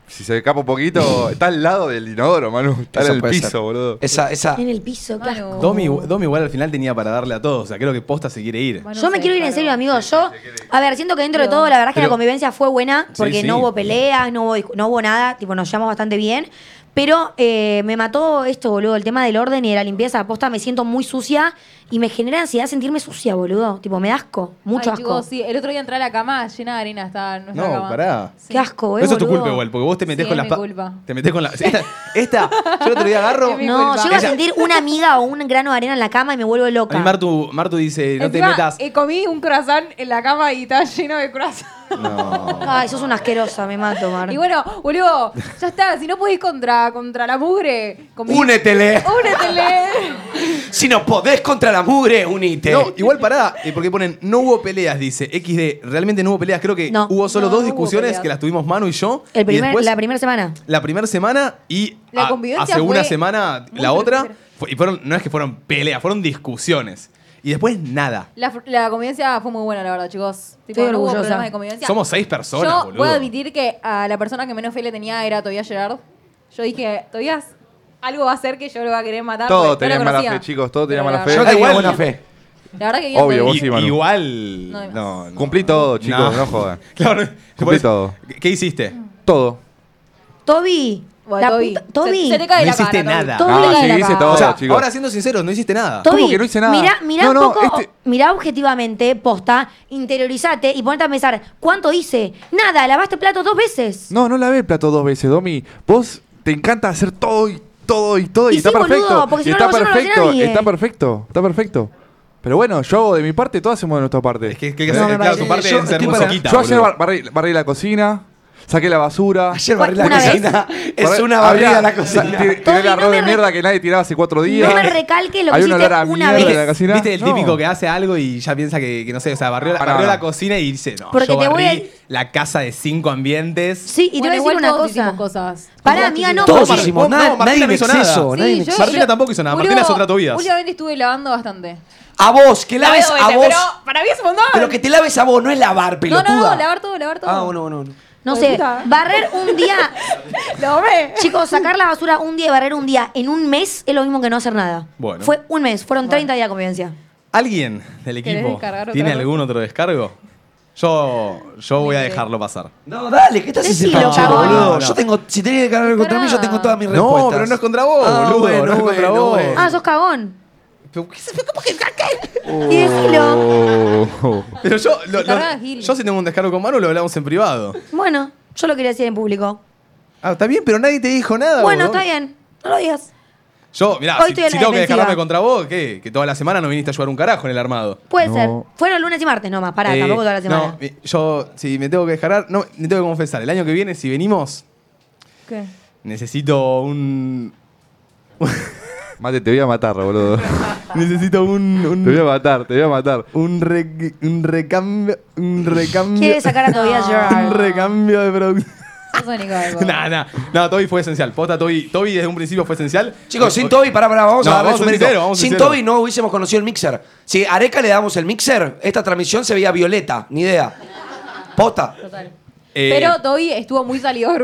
Si se me escapa un poquito, está al lado del inodoro, Manu. Está Eso en el puede piso, ser. boludo. Esa, esa. En el piso, Manu. claro. Domi, Domi igual al final tenía para darle a todos. O sea, creo que posta se quiere ir. Bueno, Yo me sí, quiero ir Ah, en claro. serio, amigo. Yo, a ver, siento que dentro de todo, la verdad es que la Pero- convivencia fue buena, porque sí. no hubo peleas, no hubo, discu- no hubo nada, tipo, nos llevamos bastante bien. Pero eh, me mató esto, boludo, el tema del orden y de la limpieza. Aposta, me siento muy sucia y me genera ansiedad sentirme sucia, boludo. Tipo, me da asco, mucho Ay, asco. chicos, sí, el otro día entré a la cama llena de arena, estaba nuestra No, cama. pará. Sí. Qué asco, eh. Eso es tu boludo. culpa igual, porque vos te metés Sí, con es las mi pa- culpa. Te metés con la. Esta, esta, yo el otro día agarro. Es mi No, culpa. llego a Ella- sentir una amiga o un grano de arena en la cama y me vuelvo A loca. mí Martu, Martu dice, no te Encima, metas. eh, comí un croissant en la cama y estaba lleno de croissant. Ay, sos una asquerosa, me mato, Mar. Y bueno, boludo, ya está. Si no podés contra, contra la mugre, comí- Únetele. Únetele. Si no podés contra la mugre, unite. No, igual pará, eh, porque ponen, no hubo peleas, dice XD. Realmente no hubo peleas. Creo que No. hubo solo No, dos no hubo discusiones peleas. que las tuvimos Manu y yo. El primer- y después, la primera semana. la primera semana y La a- convivencia hace una fue semana muy la otra. fructífera. fue- y fueron, no es que fueron peleas, fueron discusiones. Y después nada. La, fr- la convivencia fue muy buena, la verdad, chicos. Tipo, no Estoy hubo orgullosa. problemas de convivencia. Somos seis personas, Yo boludo. puedo admitir que a la persona que menos fe le tenía era Tobias Gerard. Yo dije, Tobias, algo va a hacer que yo lo va a querer matar. Todos porque no tenían lo mala conocía. fe, chicos, todos tenían Pero la mala fe. Yo verdad- tenía igual- buena fe. La verdad que bien Obvio, Tobias. vos sí, Manu. Igual. No hay más. No, no. Cumplí todo, chicos, no, jodan. Claro, Cumplí todo. ¿Qué- ¿Qué hiciste? Todo. Toby. Bueno, la Toby. puta- Toby. Se, se te cae No la hiciste cara, Toby. nada. Todo No, le cae sí, la hice cara. todo, o sea, chicos. ahora siendo sinceros, no hiciste Ah, nada. ¿Cómo Toby, que no hice nada? Mirá, mirá No, un no, poco, este- mirá objetivamente, posta, interiorizate y ponete a pensar, ¿cuánto hice? Nada, lavaste plato dos veces. No, no lavé el plato dos veces, Domi. Vos te encanta hacer todo y todo y todo y, Y está sí, boludo, perfecto. porque si y no está lo hago yo, no lo hace perfecto, nadie. está perfecto, está perfecto. Pero bueno, yo hago de mi parte, todos hacemos de nuestra parte. Eh, Es que, que, que- No, me claro, parece- tu parte yo de ser estoy para- musiquita, yo ayer boludo. bar- barrí, barrí la cocina, saqué la basura. Ayer barré la Una vez. cocina. Es Barré- una barrida había- la cocina. ti- Tiré el Toby, no arroz me de re- mierda que nadie tiraba hace cuatro días. me recalques lo que Hay un hiciste olor a una vez. mierda en la cocina. ¿Viste el No. típico que hace algo y ya piensa que, que no sé, o sea, barrió, la- Pará, barrió pará. la cocina y dice, no, Porque yo te voy barrí a- la casa de cinco ambientes. Sí, y te voy a decir una cosa. cosas. Pará, amiga, no, Todos porque- hicimos nada, Martina nadie no me hizo nada. exceso, Sí, nadie me yo- exceso. Martina tampoco hizo nada, Julio- Martina es otra Tobias. Últimamente estuve lavando bastante. A vos, que laves Lavé dos a veces, vos. Pero para mí es un montón. Pero que te laves a vos, no es lavar, no, pelotuda. no, no, lavar todo, lavar todo. Ah, bueno, bueno, bueno. No Hijo de sé, puta. barrer un día, Lo ve. chicos, sacar la basura un día y barrer un día en un mes es lo mismo que no hacer nada. Bueno. Fue un mes, fueron 30 días de convivencia. ¿Alguien del ¿Querés equipo descargar otra tiene cosa? algún otro descargo? Yo, yo voy a dejarlo pasar. No, dale, ¿qué estás Decilo, haciendo, cagón. boludo? No, no. Yo tengo, si tenés que cargar contra mí, yo tengo todas mis respuestas. No, pero no es contra vos, Ah, boludo. bueno, no es contra bueno, vos. bueno. Ah, sos cagón. Pero ¿qué se- Y decilo. Oh. Pero yo, lo- lo- Cargada, Gil. yo si tengo un descargo con Manu lo hablamos en privado. Bueno, yo lo quería decir en público. Ah, está bien, pero nadie te dijo nada. Bueno, boludo. está bien, no lo digas. Yo, mirá, Hoy si, estoy en si la tengo que defensiva. descargarme contra vos, ¿qué? Que toda la semana no viniste a ayudar un carajo en el armado. Puede No. ser. Fueron lunes y martes nomás, pará, Eh, tampoco toda la semana. No, mi- yo, si me tengo que descargar, no, me tengo que confesar. El año que viene, si venimos, ¿Qué? necesito un. Mate, te voy a matar, boludo. necesito un. te voy a Un, matar, te voy a matar. un, re- un recambio. Un recambio. Quiere sacar a Tobias un Gerard. recambio de producción. Sos único algo. Nah, nah. No, Toby fue esencial. Posta, Toby, Toby desde un principio fue esencial. Eh, Chicos, sin Toby, pará, pará, vamos No, a darle vamos su a ser mérito. sinceros, vamos a ser sin sinceros. Toby no hubiésemos conocido el mixer. Si a Areca le damos el mixer, esta transmisión se veía violeta, ni idea. Posta. Total. Eh, Pero Toby estuvo muy salidor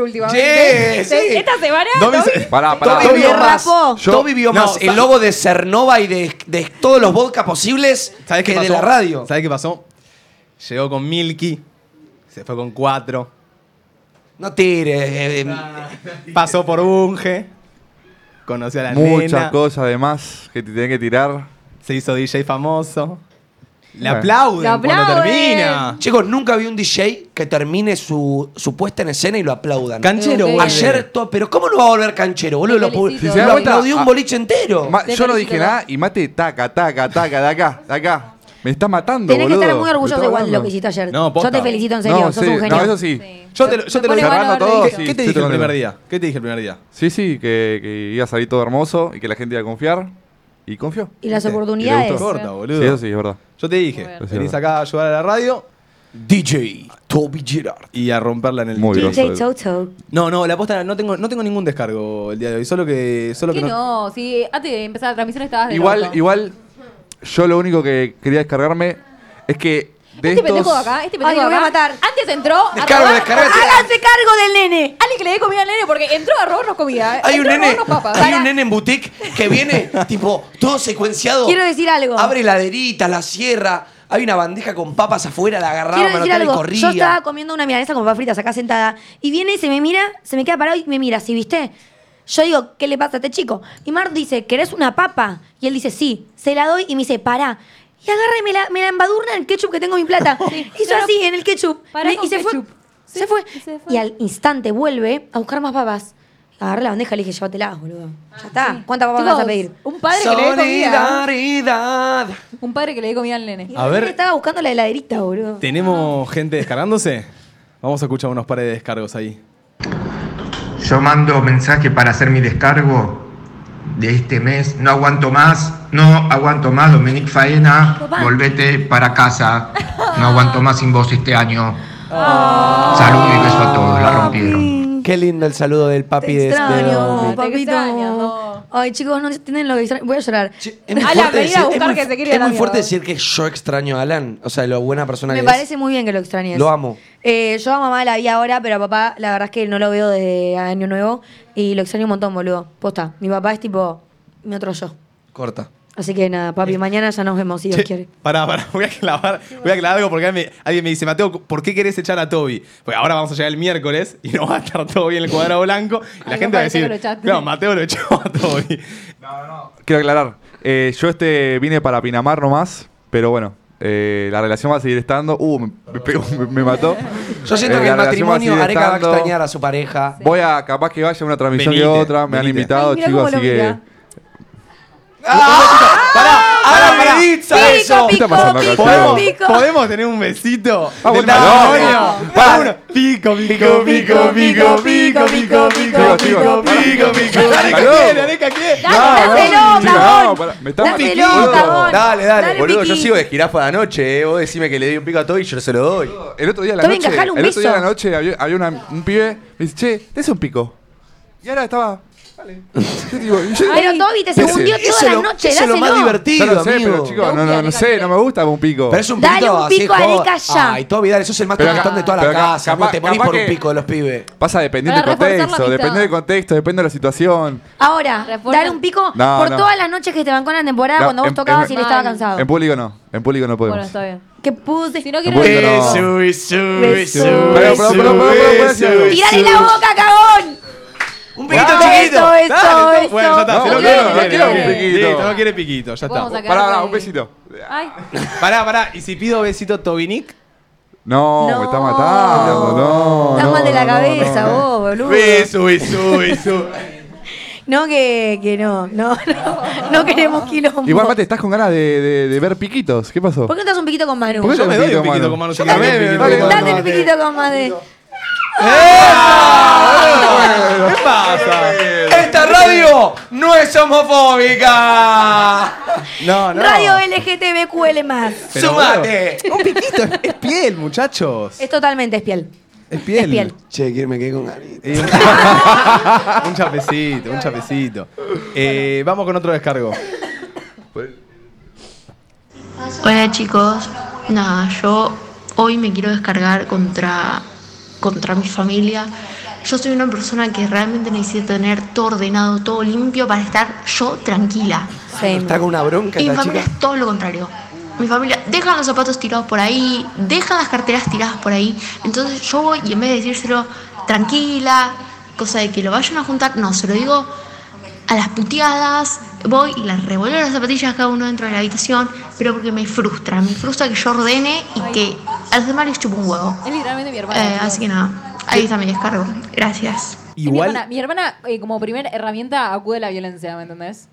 Sí, últimamente. sí. Esta semana Domi Toby- se- Pará, pará. Toby Toby vio más, rapó. Yo- Toby vio No, más el sa- logo de Cernova y de, de todos los vodka posibles ¿Sabes qué que pasó? de la radio. ¿Sabes qué pasó? Llegó con Milky, se fue con cuatro, No tires. eh, eh, pasó por Bunge, conoció a la Muchas nena, cosas además que te tienen que tirar. se hizo DJ famoso. Le aplauden, Lo cuando aplauden. termina. Chicos, nunca vi un DJ que termine su, su puesta en escena y lo aplaudan. Canchero, Ok. vuelve. Ayer, to- pero ¿cómo no va a volver canchero, boludo? Te Lo, pu- felicito. Si se da lo cuenta, aplaudió ah. a- un boliche entero. Ma- Te yo no felicito. dije nada y mate taca, taca, taca, de acá, de acá. Me está matando, Tenés que boludo. estar muy Me orgulloso está igual de lo matando. que hiciste ayer. No, posta. Yo te felicito en serio, No, sos sí, un genio. no, eso sí. Sí. Yo te lo- yo Se te lo pone digo. bueno Cerrando haber todo, dicho. ¿Qué, sí. qué yo te dije tengo el primer que- día? ¿Qué te dije el primer día? Sí, sí, que, que iba a salir todo hermoso y que la gente iba a confiar. Y confió. Y las ¿Viste? oportunidades. Y le gustó. Corta, boludo. Sí, eso sí, es verdad. Yo te dije, Muy bien. venís acá a ayudar a la radio DJ Toby Gerard. y a romperla en el Muy DJ. groso DJ eso. Toto. No, no, la posta no tengo, no tengo ningún descargo el día de hoy, solo que. Solo que ¿Qué no, no? Sí, antes de empezar la transmisión estabas Ah, de Igual, orto. igual, yo lo único que quería descargarme es que de Este estos... pendejo de acá, este pendejo Ay, de lo acá. voy a matar. Antes entró a Descargo, robar- descargo. ¡Háganse cargo del nene! Alex le dé comida al nene porque entró a robarnos comida. Hay un, Entró a nene, robarnos papas. hay Para. un nene en boutique que viene, tipo, todo secuenciado. Quiero decir algo. Abre laderita, la sierra. Hay una bandeja con papas afuera, la agarraba, Quiero decir manotela y algo. corría. Yo estaba comiendo una milanesa con papas fritas acá sentada y viene y se me mira, se me queda parado y me mira, ¿sí viste? Yo digo, ¿qué le pasa a este chico? Y Mar dice, ¿querés una papa? Y él dice, sí, se la doy y me dice, pará. Y agarra y me la, me la embadurna en el ketchup que tengo en mi plata. Hizo pero- así, en el ketchup. Pará Me- con y se ketchup. fue. Sí, se fue. y se fue. Y al instante vuelve a buscar más papas. Agarré la bandeja y le dije, llévatelas, boludo. Ya está. ¿Cuántas papas Ah, Chicos, vas a pedir? Un padre que le dé comida. Solidaridad. Un padre que le dé comida al nene. Y A ver. Estaba buscando la heladerita, boludo. ¿Tenemos gente descargándose? Vamos a escuchar unos pares de descargos ahí. Yo mando mensaje para hacer mi descargo de este mes. No aguanto más, no aguanto más, Dominic Faena. Papá. Volvete para casa. No aguanto más sin vos este año. Saludos y beso a todos, la rompieron. Qué lindo el saludo del papi Te de de extraño, Domi. Te papito. extraño. Ay, chicos, no entienden lo que extraño. Voy a llorar. Che, es muy Alan, fuerte vení a decir- es buscar muy- que se quiere ir Es a la muy fuerte mierda. decir que yo extraño a Alan. O sea, lo buena persona Me que es. parece muy bien que lo extrañes. Lo amo. Eh, yo a mamá la vi ahora, pero a papá la verdad es que no lo veo desde Año Nuevo y lo extraño un montón, boludo. Posta, mi papá es tipo mi otro yo. Corta. Así que nada, Eh. papi, mañana ya nos vemos si Dios Che, quiere. Pará, pará, voy a aclarar, voy a aclarar algo porque alguien me, alguien me dice, Mateo, ¿por qué querés echar a Toby? Pues ahora vamos a llegar el miércoles y no va a estar Toby en el cuadrado blanco y la Algo gente va a parecido decir, lo echaste. no, Mateo lo echó a Toby. Quiero aclarar. eh, yo este vine para Pinamar nomás, pero bueno, eh, la relación va a seguir estando. Uh, me, me pegó, me- me mató. Yo siento Eh, que la el relación va a seguir matrimonio Areca va a estando. extrañar a su pareja. Voy a, capaz que vaya a una transmisión que Venite, otra. Me han venite. invitado, Ay, mira chicos, cómo lo así que. mira. Ahora me Pico, dice eso. ¿Qué pico, está pasando pico, acá, chicos? ¿Podemos, pico. podemos tener un besito? Ah, del bueno, matrimonio? no. Ah, bueno. Pico, pico, pico, pico, pico, pico, pico, Chicos, chicos, pico, pico. Areca Pará. quiere, Areca quiere. Dale, dáselo, chicos, cagón. no, pará, me está Dáselo, matando. cagón. Dale, dale. Boludo, yo Miki. sigo de jirafa de anoche, eh. Vos decime que le doy un pico a Toby y yo se lo doy. El otro día de la Toby, noche, encajale un el otro día de la beso. noche había, había una- un pibe, me dice, che, te un pico. Y ahora estaba, vale. Yo digo, y yo- Pero Toby te Ese- segundió Eso todas es las lo- noches, eso es lo más dáselo. yo divertido, no sé, amigo. pero chicos, no, no, no sé, no me gusta un pico. Pero es un Dale pico un así, pico a joda. Areca ya. Ay, Toby, dale, sos el más Pero tristón acá- de toda la pero acá- casa. capaz- vos te morís capaz por un que- pico de los pibes. Pasa dependiendo del Para reforzar la contexto, amistad. depende del contexto, depende de la situación. Ahora, Refuerza- dar un pico No, por no. todas las noches que te bancó en la temporada No, cuando vos en- tocabas en- y él estaba Mal. cansado. En público no, en público no podemos. Bueno, está bien. Que puse. Si no Bueno, quieres. no. Sube, sube, Beso. sube, Pero, pero, pero, pero, pero, pero, sube, decía algo. sube. ¡Tirale la boca, cagón! Un piquito Eso, chiquito. eso, Dale, eso. Bueno, ya está, No, si no no quiere, quiero, no no quiere. quiero un piquito. Listo, no quiere piquito, ya está. Podemos sacar Pará, pará, de- un besito. Ay. Pará, pará, y si pido besito Tobinic, No, me está matando, no. Estás no, mal de la no, no, cabeza, no. vos, boludo. beso, beso, beso. No, que, que no, no, no, no queremos quilombo. Igual, mate, estás con ganas de, de- de ver piquitos. ¿Qué pasó? ¿Por qué no te das un piquito con Manu? ¿Por qué Yo me doy un Manu. piquito con mano, yo Date- quiero un dale, piquito con mano. Date un piquito con Manu. ¿Qué pasa? Esta radio no es homofóbica. No, no. Radio LGTBQL+. más. Pero, Sumate. Un piquito, es, es piel, muchachos. Es totalmente es piel. Es piel. Es piel. Che, que me quedé con ganas. Eh, un- un chapecito, un chapecito. Eh, vamos con otro descargo. Hola chicos, nada, yo hoy me quiero descargar contra, contra mi familia. Yo soy una persona que realmente necesita tener todo ordenado, todo limpio para estar yo tranquila. Same. Está con una bronca Y mi esta familia chica. es todo lo contrario. Mi familia deja los zapatos tirados por ahí, deja las carteras tiradas por ahí. Entonces yo voy y en vez de decírselo tranquila, cosa de que lo vayan a juntar, no, se lo digo a las puteadas, voy y las revuelvo las zapatillas cada uno dentro de la habitación, pero porque me frustra, me frustra que yo ordene y que a los demás les chupo un huevo. Es literalmente mi hermana. Eh, chicos. así que nada, ahí está mi descargo. Gracias. Es Mi Igual, hermana, mi hermana, eh, como primera herramienta, acude a la violencia, ¿me entendés?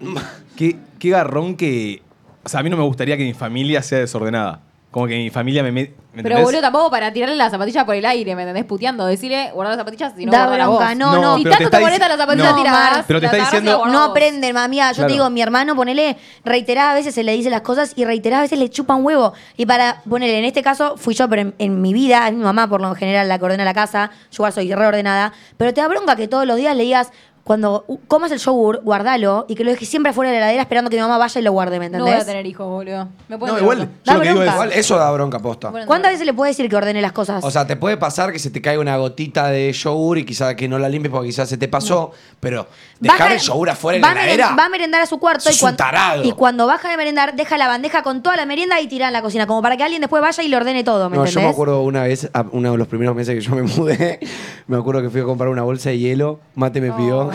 qué, qué garrón que... O sea, a mí no me gustaría que mi familia sea desordenada. Como que mi familia me... met- ¿me Pero entendés? boludo, tampoco para tirarle la zapatilla por el aire, ¿me entendés? Puteando, decirle, guardar las zapatillas si no Da guarda la bronca, voz. no, no. Si pero te tanto está te molesta dic- la zapatilla no, tirada. pero te está diciendo- No aprenden, mamía. Yo Claro. te digo, mi hermano, ponele, reiteradas veces se le dice las cosas y reiteradas veces le chupa un huevo. Y para ponerle, en este caso fui yo, pero en, en mi vida, es mi mamá por lo general la que ordena la casa, yo igual soy reordenada, pero te da bronca que todos los días le digas, cuando uh, comas el yogur, guardalo y que lo dejes siempre afuera de la heladera esperando que mi mamá vaya y lo guarde, ¿me No voy a entendés? tener hijos, boludo. Me ponen No, de igual, bronca. yo Da lo que digo es... bronca. Igual eso da bronca posta. Bueno, ¿Cuántas veces le puedes decir que ordene las cosas? O sea, te puede pasar que se te caiga una gotita de yogur y quizás que no la limpies porque quizás se te pasó, pero dejar Baja- el yogur afuera en va la a meren- heladera. Va a merendar a su cuarto Sos y un cuando, tarado. y cuando baja de merendar, deja la bandeja con toda la merienda y tira en la cocina, como para que alguien después vaya y le ordene todo, ¿me No, entendés? yo me acuerdo una vez, a- uno de los primeros meses que yo me mudé, me acuerdo que fui a comprar una bolsa de hielo, Mate Oh. me pidió,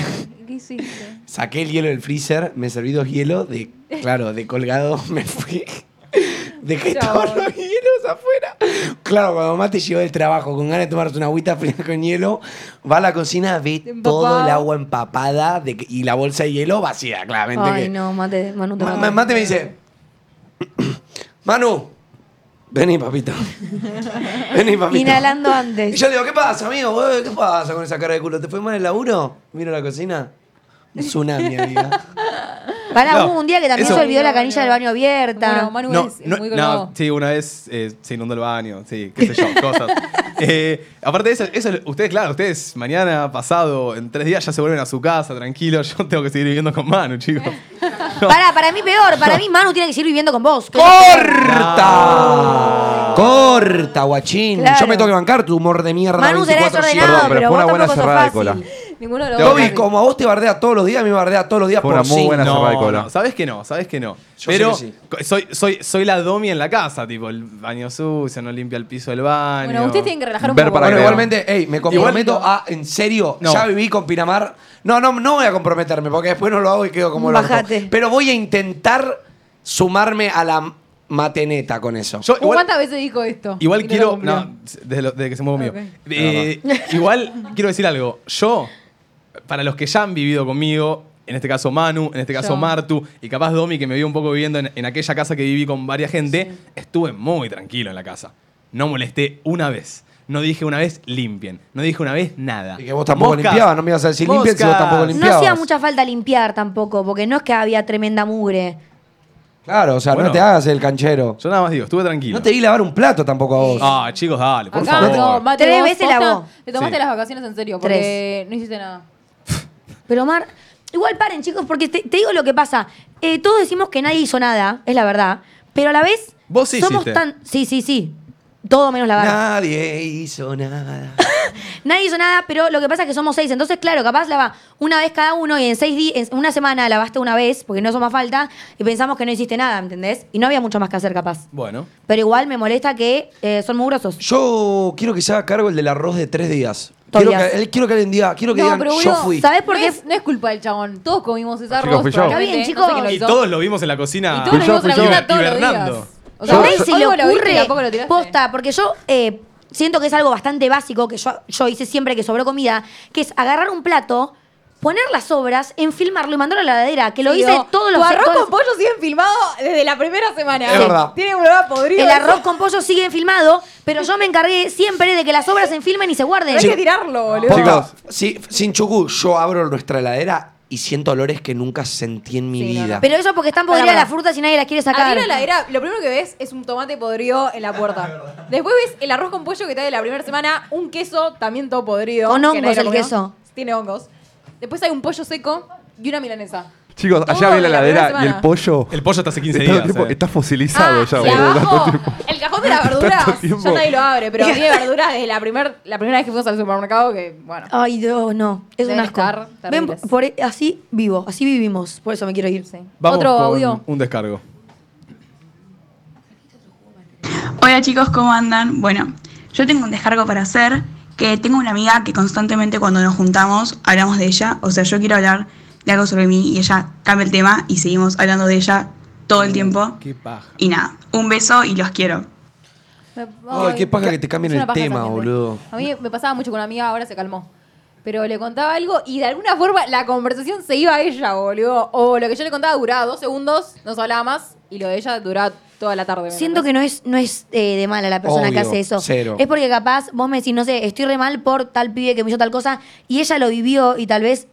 ¿Qué hiciste? saqué el hielo del freezer, me serví dos hielos, de, claro, de colgado me fui. Dejé Chao. todos los hielos afuera. Claro, cuando mamá te llegó del trabajo con ganas de tomarte una agüita fría con hielo, va a la cocina, ve Empapado. todo el agua empapada de que- y la bolsa de hielo vacía, claramente. Ay, que- no, mate, Manu, te Ma- mato. ma- Mate me dice, Manu, vení papito. vení papito. Inhalando Y antes. yo le digo, ¿qué pasa, amigo? Eh, ¿Qué pasa con esa cara de culo? ¿Te fue mal el laburo? Miro la cocina. Un tsunami, amiga. Para No, hubo un día que también eso- se olvidó la canilla del baño abierta. Bueno, Manu No, es no, muy no, colgado. sí, una vez eh, se inundó el baño, sí, qué sé yo, cosas. Eh, aparte de eso, eso, ustedes, claro, ustedes mañana, pasado, en tres días ya se vuelven a su casa, tranquilo, yo tengo que seguir viviendo con Manu, chicos. No. Para, para mí peor, para mí Manu tiene que seguir viviendo con vos. ¡Corta! ¡Corta, guachín! Claro. Yo me tengo que bancar tu humor de mierda. Manu será 24/7. desordenado, Perdón, pero pero, fue una vos buena tampoco sos cerrada de fácil. cola. Ninguno lo Toby, va a como a vos te bardea todos los días, a mí me bardea todos los días Fue por una muy sí. buena- No. cerrada de cola. no, sabes que no, sabes que no. Yo sé Pero que sí. co- soy, soy, soy la domi en la casa, tipo, el baño sucio, no limpia el piso del baño. Bueno, ustedes tienen que relajar un Ver poco. para Bueno, creer. igualmente, ey, me comprometo Igual- a, en serio, No. ya viví con Pinamar. No, no, no voy a comprometerme porque después no lo hago y quedo como el orto. Bajate. Pero voy a intentar sumarme a la mateneta con eso. Yo igual- ¿Cuántas veces dijo esto? Igual Y no lo quiero. cumplió. No, desde, lo- desde que se mueve conmigo. Ah, Ok. Eh, igual quiero decir algo. Yo, para los que ya han vivido conmigo, en este caso Manu, en este caso Yo. Martu, y capaz Domi, que me vio un poco viviendo en, en aquella casa que viví con varias gente, estuve muy tranquilo en la casa. No molesté una vez. No dije una vez limpien. No dije una vez nada. Y que vos tampoco limpiabas, no me ibas a decir limpien si vos tampoco moscas. limpiabas. No hacía mucha falta limpiar tampoco, porque no es que había tremenda mugre. Claro, o sea, Bueno. no te hagas el canchero. Yo nada más digo, estuve tranquilo. No te vi lavar un plato tampoco a vos. Ah, chicos, dale, por Acá, favor. no, Mate, Tres vos veces posta, lavó. Te tomaste Sí. las vacaciones en serio porque no hiciste nada. Pero Mar, igual paren, chicos, porque te, te digo lo que pasa. Eh, todos decimos que nadie hizo nada, es la verdad. Pero a la vez, Vos sí somos hiciste. tan. Sí, sí, sí. Todo menos la barra. Nadie hizo nada. Nadie hizo nada, pero lo que pasa es que somos seis. Entonces, claro, capaz lava una vez cada uno y en seis días, en una semana lavaste una vez, porque no hizo más falta, y pensamos que no hiciste nada, ¿entendés? Y no había mucho más que hacer, capaz. Bueno. Pero igual me molesta que eh, son mugrosos. Yo quiero que se haga cargo el del arroz de tres días. Quiero Tobias. que, él- quiero que alguien diga, quiero que No, digan, pero yo boludo, fui. ¿Sabés por no qué? Es, no es culpa del chabón. Todos comimos ese Chicos, arroz. fui yo. probablemente, Está bien, no sé chicos. quién lo Y hizo. todos lo vimos en la cocina. Y todos nos Fui yo, vimos en la fui yo. cocina todos los Hibernando. días. O A sea, nadie se hoy le vos lo viste, ocurre tampoco lo tiraste. posta, porque yo eh, siento que es algo bastante básico que yo, yo hice siempre que sobró comida, que es agarrar un plato, poner las sobras, enfilmarlo y mandarlo a la heladera, que lo Sí, hice digo, todos tu los arroz todos- con pollo siguen filmado desde la primera semana. Es verdad. Tiene un olor a podrido. El eso. arroz con pollo sigue enfilmado, pero yo me encargué siempre de que las sobras se enfilmen y se No guarden. hay que tirarlo, boludo. Posta, sí, sin chucu, yo abro nuestra heladera y siento olores que nunca sentí en mi Sí, no, vida. no. Pero eso porque están podridas Pará, las frutas y nadie las quiere sacar. Arriba de la heladera, lo primero que ves es un tomate podrido en la puerta. Después ves el arroz con pollo que está de la primera semana, un queso también todo podrido. Con que hongos nadie lo el comió. queso. Tiene hongos. Después hay un pollo seco y una milanesa. Chicos, Todo allá vi la de la heladera primera y el semana. pollo. El pollo hasta hace 15 está, días. tipo- eh. está fosilizado Ah, ya, y boludo. abajo, el cajón de las verduras. tiempo. Ya nadie lo abre, pero tiene verduras desde la, primer, la primera vez que fuimos al supermercado que, bueno. Ay, Dios, no. Es Deben un asco. estar Ven, terribles. por, así vivo, así vivimos. Por eso me quiero ir. Vamos Otro con audio. un descargo. Hola chicos, ¿cómo andan? Bueno, yo tengo un descargo para hacer, que tengo una amiga que constantemente cuando nos juntamos hablamos de ella, o sea, yo quiero hablar le hago sobre mí y ella cambia el tema y seguimos hablando de ella todo el tiempo. Qué paja. Y nada, un beso y los quiero. Ay, qué paja que te cambien Es una el paja esa tema, gente. boludo. A mí me pasaba mucho con una amiga, ahora se calmó. Pero le contaba algo y de alguna forma la conversación se iba a ella, boludo. O lo que yo le contaba duraba dos segundos, no se hablaba más, y lo de ella duraba toda la tarde. ¿me Siento que entendés? no es, no es eh, de mala la persona que Obvio, hace eso. cero. Es porque capaz vos me decís, no sé, estoy re mal por tal pibe que me hizo tal cosa y ella lo vivió y tal vez,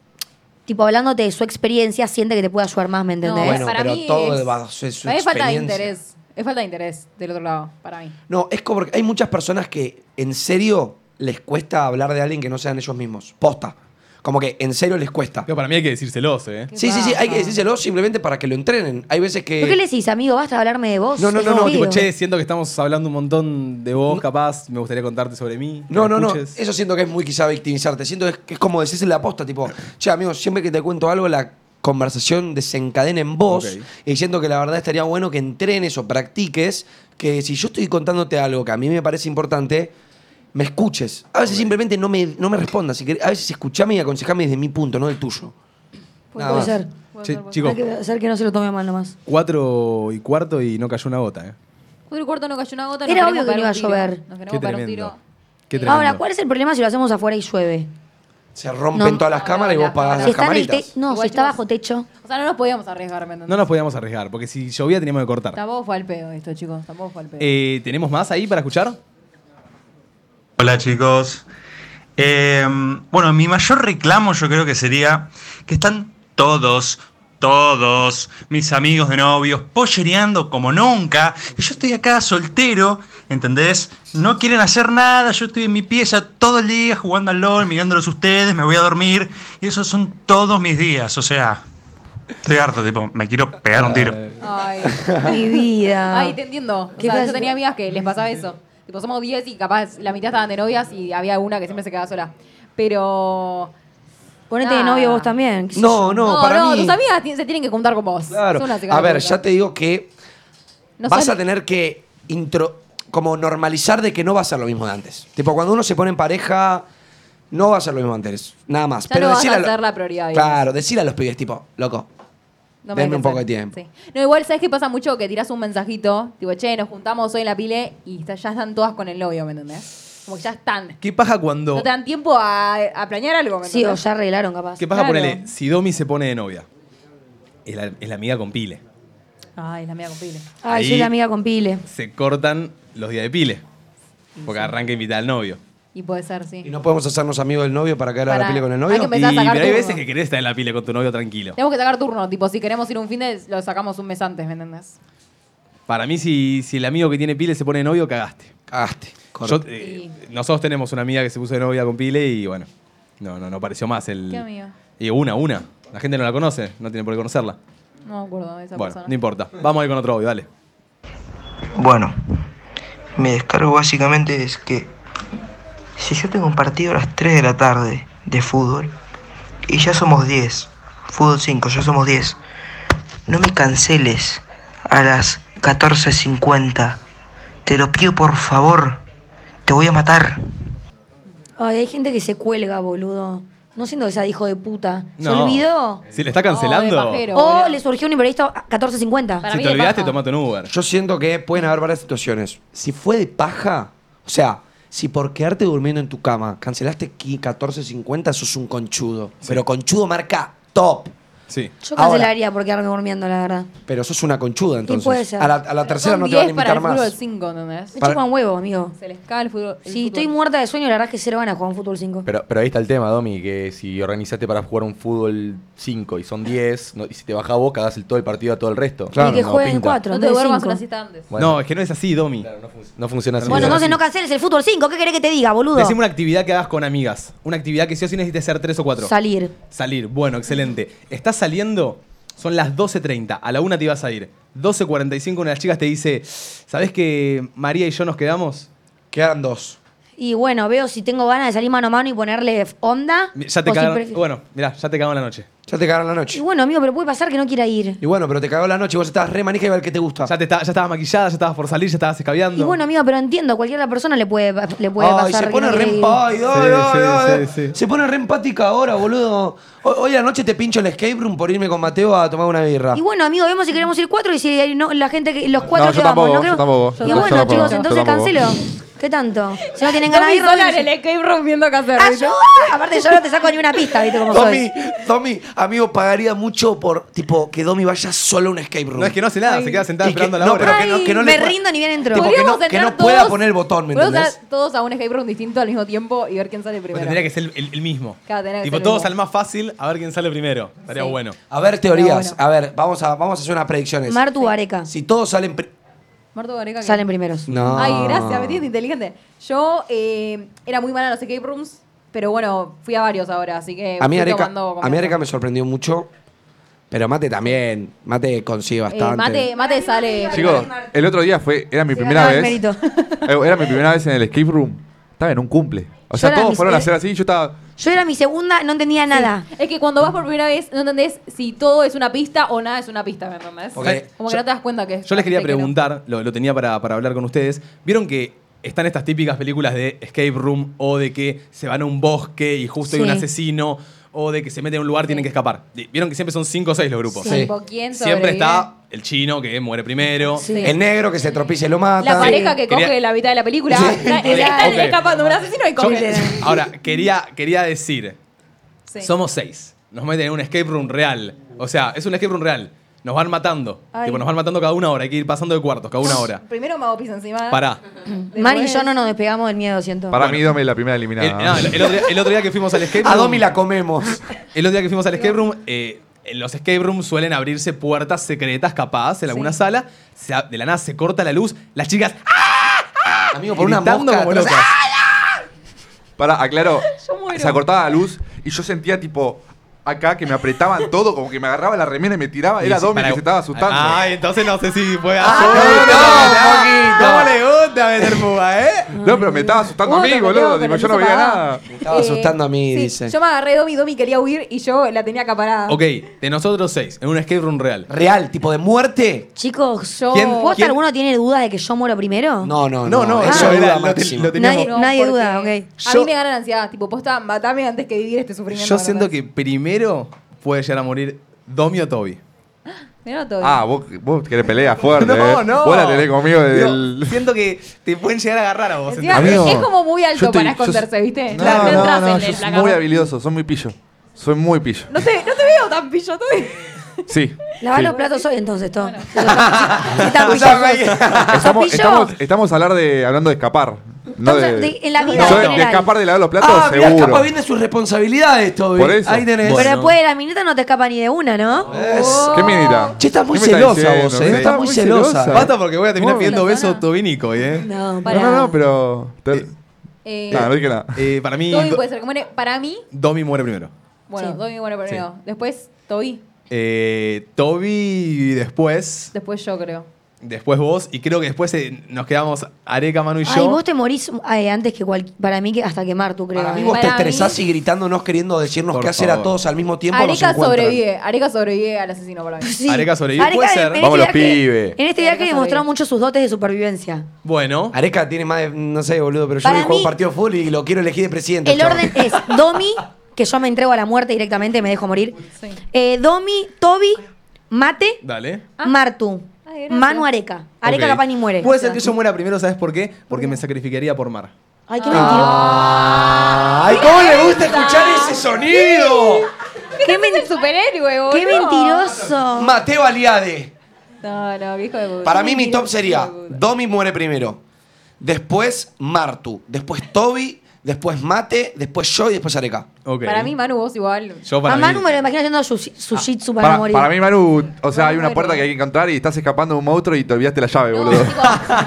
tipo, hablándote de su experiencia, siente que te puede ayudar más, ¿me entendés? Bueno, para pero mí todo es- va a ser su para mí es falta de experiencia. interés. Es falta de interés del otro lado, para mí. No, es como porque hay muchas personas que en serio les cuesta hablar de alguien que no sean ellos mismos. Posta. Como que en serio les cuesta. Pero para mí hay que decírselos, ¿eh? ¿Qué Sí, sí, sí, hay que pasa? decírselo simplemente para que lo entrenen. Hay veces ¿Por qué le que. decís, amigo, basta de hablarme de vos? eh, No, no, Es no, no, feo. Tipo, che, siento que estamos hablando un montón de vos, capaz, me gustaría contarte sobre mí. que No, me no, no. escuches. Eso siento que es muy quizá victimizarte. Siento que es- que es como decirse la posta, tipo, che, amigo, siempre que te cuento algo, la conversación desencadena en vos. Ok. Y siento que la verdad estaría bueno que entrenes o practiques que si yo estoy contándote algo que a mí me parece importante, me escuches. A veces simplemente no me, no me respondas. Si querés- A veces escuchame y aconsejame desde mi punto, no del tuyo. Nada Puede más. ser. Che, Hay chicos, que hacer que no se lo tome mal nomás. cuatro y cuarto y no cayó una gota, ¿eh? Otro cuarto no cayó una gota. Era nos obvio queremos que pegar no iba un a tiro. llover. Nos Qué queremos pegar un tremendo. tiro. Eh, Qué tremendo. Ahora, ¿cuál es el problema si lo hacemos afuera y llueve? Se rompen No. todas las cámaras y vos Si pagás Si las está, en el te- camaritas. no, Igual, si está chicos. bajo techo. O sea, no nos podíamos arriesgar, ¿me entendés? No nos podíamos arriesgar, porque si llovía teníamos que cortar. Tampoco fue al pedo esto, chicos. Tampoco fue al pedo. Eh, ¿Tenemos más ahí para escuchar? Hola chicos. Eh, bueno, mi mayor reclamo yo creo que sería que están todos, todos mis amigos de novios pollereando como nunca. Y yo estoy acá soltero, ¿entendés? No quieren hacer nada, yo estoy en mi pieza todo el día jugando al LOL, mirándolos ustedes, me voy a dormir. Y esos son todos mis días, o sea, estoy harto, tipo, me quiero pegar un tiro. Ay. Mi vida. Ay, te entiendo. O Qué sea, clase- yo tenía amigas que les pasaba eso. Tipo, somos 10 y capaz la mitad estaban de novias y había una que siempre se quedaba sola. Pero. Ponete de nada. novio vos también. qué sé yo. No, no, para mí. tus amigas ti- se tienen que juntar con vos. Claro. Son unas hijas A de ver, puta. ya te digo que No vas son- a tener que intro, como normalizar de que no va a ser lo mismo de antes. Tipo, cuando uno se pone en pareja, no va a ser lo mismo de antes. Nada más. Ya Pero no vas decirle a lo- ser la prioridad, digamos. Claro, decirle a los pibes, tipo, loco. No Denme un alcanza. poco de tiempo. Sí. No, igual, ¿sabes qué pasa mucho? Que tirás un mensajito, tipo, che, nos juntamos hoy en la pile y está- ya están todas con el novio, ¿me entendés? Como que ya están. ¿Qué paja cuando... No te dan tiempo a, a planear algo, ¿me Sí, o entendés? ya arreglaron capaz. ¿Qué paja Claro. ponele? Si Domi se pone de novia, es la, es la amiga con pile. Ay, la mía con pile. Ay, soy Ahí- la amiga con pile. Se cortan los días de pile. Porque arranca a invitar al novio. Y puede ser, sí. Y no podemos hacernos amigos del novio para caer a la Para- pile con el hay novio. que Y, Empezá a pero sacar hay turno. veces que querés estar en la pile con tu novio tranquilo. Tenemos que sacar turno, tipo, si queremos ir un fin de, lo sacamos un mes antes, ¿me entendés? Para mí, si, si el amigo que tiene pile se pone de novio, cagaste. Cagaste. Yo, eh, Nosotros tenemos una amiga que se puso de novia con Pile y bueno, no, no, no apareció más el. Mm. ¿Qué amiga? Y una, una. La gente no la conoce, no tiene por qué conocerla. No me acuerdo de esa bueno, persona. no importa. Vamos a ir con otro audio, dale. Bueno, mi descargo básicamente es que si yo tengo un partido a las 3 de la tarde de fútbol y ya somos 10, fútbol 5, ya somos 10, no me canceles a las 14.50. Te lo pido por favor, te voy a matar. Ay, hay gente que se cuelga, boludo. No siento que sea de hijo de puta. ¿Se No. olvidó? Si le está No, Oh, de cancelando. pajero. Pero, O boludo. le surgió un imprevisto a 14.50. Para si mí te de olvidaste, paja. tomate un Uber. Yo siento que pueden haber varias situaciones. Si fue de paja, o sea, si por quedarte durmiendo en tu cama cancelaste 14.50, sos un conchudo. Pero conchudo marca top. Sí. Yo Ahora. cancelaría por quedarme durmiendo, la verdad. Pero sos una conchuda, entonces. puede ser. A la, a la tercera no te van a invitar para el fútbol más. 5, ¿entendés? Me Para- chupan huevo, amigo. Se les cae el fútbol. el Si fútbol. estoy muerta de sueño, la verdad es que cero van a jugar un fútbol 5. Pero, pero ahí está el tema, Domi, que si organizaste para jugar un fútbol 5 y son 10, no- y si te baja vos, cagás el, todo el partido a todo el resto. y que No jueguen pinta. cuatro, No en te vez de duermas cinco. una cita antes. Bueno. No, es que no es así, Domi. No funciona así. Eh, Bueno, ¿verdad? entonces no canceles el fútbol 5. ¿Qué querés que te diga, boludo? Decime una actividad que hagas con amigas. Una actividad que sí o sí necesites hacer tres o cuatro. Salir. Salir, bueno, excelente. Estás saliendo, son las 12.30, a la una te ibas a ir. 12.45 una de las chicas te dice, ¿sabés que María y yo nos quedamos? Quedan dos. Y bueno, veo si tengo ganas de salir mano a mano y ponerle onda. Ya te o si cagaron. prefi- Bueno, mirá, ya te cagaron la noche. Ya te cagaron la Y noche. bueno, amigo, pero puede pasar que no quiera ir. Y bueno, pero te cagó la noche, vos estabas re manija y va el que te gusta. Ya, te está- ya estabas maquillada, ya estabas por salir, ya estabas escabeando. Y bueno, amigo, pero entiendo, a cualquier persona le puede, le puede Ay, pasar. se que pone no re quiera ir. empa- ay, ay, Sí, ay, sí, ay. sí, sí. Se pone re empática ahora, boludo. Hoy, hoy a la noche te pincho el escape room por irme con Mateo a tomar una birra. Y bueno, amigo, vemos si queremos ir cuatro y si hay no- la gente, que- los cuatro No, yo que vamos. tampoco, no creo- yo tampoco. Y Yo bueno, tampoco, chicos, yo entonces tampoco. cancelo. ¿Qué tanto? Si no tienen ganas de Tommy ir, sola en el vayan. escape room viendo qué hacer. ¿viste? ¡Ayuda! Aparte, yo no te saco ni una pista, ¿viste cómo soy? Domi, Domi, amigo, pagaría mucho por, tipo, que Domi vaya solo a un escape room. No es que no hace nada, se queda sentada Y que- esperando la no, hora. pero que no- Ay, que no le me pueda- rindo ni bien entro. Tipo, que no, Podríamos que entrar no pueda todos- poner el botón, ¿me podríamos entendés? entrar todos a un escape room distinto al mismo tiempo y ver quién sale Pero primero. tendría que ser el, el- el mismo. Ah. Claro, tendría que tipo, ser el todos mismo. al más fácil, a ver quién sale primero. Estaría Sí. bueno. A ver, teorías. Ah, Pero bueno. A ver, vamos a, vamos a hacer unas predicciones. Martu Areca. si todos salen... pri- Marto Gareca, ¿qué? Salen primeros. No. Ay, gracias, me tienes inteligente. Yo eh, era muy mala en los escape rooms, pero bueno, fui a varios ahora, así que. A mí, Eh, fui Areca, tomando a mí confianza. Areca me sorprendió mucho, pero Mate también. Mate consigue Eh, bastante. mate, mate sale. Chicos, el otro día fue, era mi primera ganaba el vez. mérito. Eh, Era mi primera vez en el escape room. Estaba en un cumple. O sea, Yo era todos mis- fueron a eh, hacer así y yo estaba. Yo era mi segunda, no entendía nada. Es que cuando vas por primera vez no entendés si todo es una pista o nada es una pista, ¿me entendés? Porque Como que yo- no te das cuenta que es. Yo les quería que no. preguntar, lo, lo tenía para, para hablar con ustedes. ¿Vieron que están estas típicas películas de escape room o de que se van a un bosque y justo hay un Sí. asesino o de que se meten en un lugar tienen que escapar? Di- ¿Vieron que siempre son 5 o 6 los grupos? Sí. Tipo, ¿quién Siempre sobrevive? está el chino que muere primero. Sí. El negro que se tropiece y lo mata. La pareja que Quería- coge la mitad de la película. Sí. Está- Quería- Están ok. escapando de un asesino y Yo- cogen. ahora, quería, quería decir, Sí. somos 6. Nos meten en un escape room real. O sea, es un escape room real. Nos van matando. Ay. Tipo, nos van matando cada una hora. Hay que ir pasando de cuartos, cada una hora. Primero me hago pis encima. Pará. Después- Mari y yo no nos despegamos del miedo, siento. Para Bueno. mí, Dome es la primera El, no, eliminada. el- el otro día, el otro día que fuimos al escape room. A Domi la comemos. El otro día que fuimos al escape room, eh, en los escape rooms suelen abrirse puertas secretas, capaz, en alguna sala. Se ab- de la nada se corta la luz. Las chicas. ¡ah! Amigo, por una Gritando mosca. como atrás. locas. ah, Para, aclaro. muero. Se acortaba la luz y yo sentía tipo. Acá que me apretaban todo, como que me agarraba la remera y me tiraba. Era Y sí, Domi para- que se estaba asustando. Ay, entonces no sé si fue a. no, ¿Cómo le gusta meter fuga, eh? No, pero me estaba asustando a Vos mí, te boludo. meteo, pero Digo, yo yo no veía apagaba. nada. Me estaba Eh, asustando a mí, sí, dice. Yo me agarré de Domi, Domi quería huir y yo la tenía acaparada. Ok, de nosotros seis, en un escape room real. Real, tipo de muerte. Chicos, Yo- ¿Quién- ¿vos quién- alguno tiene duda de que yo muero primero? No, no, No, no. no, eso Ah, no, es era- duda lo te- máxima. lo teníamos- Nadie- nadie porque duda, ok. A Yo- mí me gana la ansiedad, tipo, posta, matame antes que vivir este sufrimiento. Yo ¿verdad? siento que primero puede llegar a morir Domi o Toby. Mirá todo. Ah, vos, vos querés pelea fuerte. eh. Vos la tenés conmigo desde Digo, el. Siento que te pueden llegar a agarrar a vos. Encima, ¿entendés? Amigo, es como muy yo alto estoy- para yo- esconderse, ¿viste? No, La- no, te entras no, en yo el- soy la muy cama. habilidoso, soy muy pillo. Soy muy pillo. No te, no te veo tan pillo, tú. Sí. Lavar sí. los platos hoy entonces, todo. O sea, güey. Estamos, ¿Sos pillo? estamos, estamos a hablar de, hablando de escapar. No Estamos de, de- en la vida Yo de- en de general. escapar de lavar los platos, Ah, mirá, seguro. escapa bien de sus responsabilidades, Toby. Por eso. Ahí tenés. Pero Bueno. después de las minitas no te escapa ni de una, ¿no? Eh. ¿Qué minita? Che, estás muy ¿Qué me estás celosa vos, eh. Sí. Estás muy celosa. Basta porque voy a terminar Bueno. pidiendo besos Toby Nico, hoy, ¿eh? Oh, No, No, no, no, pero. te- Eh, nada, no dije nada. Eh, Para mí, Toby pues. Do- puede ser que muere. Para mí, Domi muere primero. bueno, Sí. Domi muere primero. Después, Toby. Eh, Toby después, Después yo, creo. después vos, y creo que después eh, nos quedamos Areca, Manu y yo. Ay, vos te morís ay, antes que cual, para mí que hasta quemar, tú creo. Para mí eh. vos te Para mí- estresás y gritándonos queriendo decirnos Por qué hacer a favor. todos al mismo tiempo. nos Areca encuentran. sobrevive. Areca sobrevive al asesino para mí. Sí. Areca sobrevive, puede en- en ser. este Vamos los viaje- pibes. En este Sí, viaje Areca demostró sobrevive. mucho sus dotes de supervivencia. Bueno, Areca tiene más de, no sé, boludo, pero yo Para le juego mí- un partido de fútbol y lo quiero elegir de presidente. El chabón. orden es Domi, que yo me entrego a la muerte directamente, me dejo morir. Sí. Eh, Domi, Toby, Mate, dale. Ah. Martu, Ay, gracias. Manu Areca. Areca Ok. capaz ni muere. Puede ser que yo muera primero, ¿sabes por qué? Porque me sacrificaría por Mar. Ay, qué mentiroso. Ah, Ah, ¡Ay, cómo le gusta escuchar ese sonido! ¿Qué es el superhéroe, boludo? Qué mentiroso. Mateo Aliade. No, no, qué hijo de puta. Para Qué mí mi top mentiroso, sería hijo de puta. Domi muere primero, después Martu, después Toby, después Mate, después yo y después Areca. Ok. Para mí, Manu, vos igual. Yo para A mí- Ah, Ah, Manu me lo imagino haciendo su, su shih tzu para, no Para, morir. para mí, Manu, o sea, hay una Manu. puerta que hay que encontrar y estás escapando de un monstruo y te olvidaste la llave, No, boludo. tipo,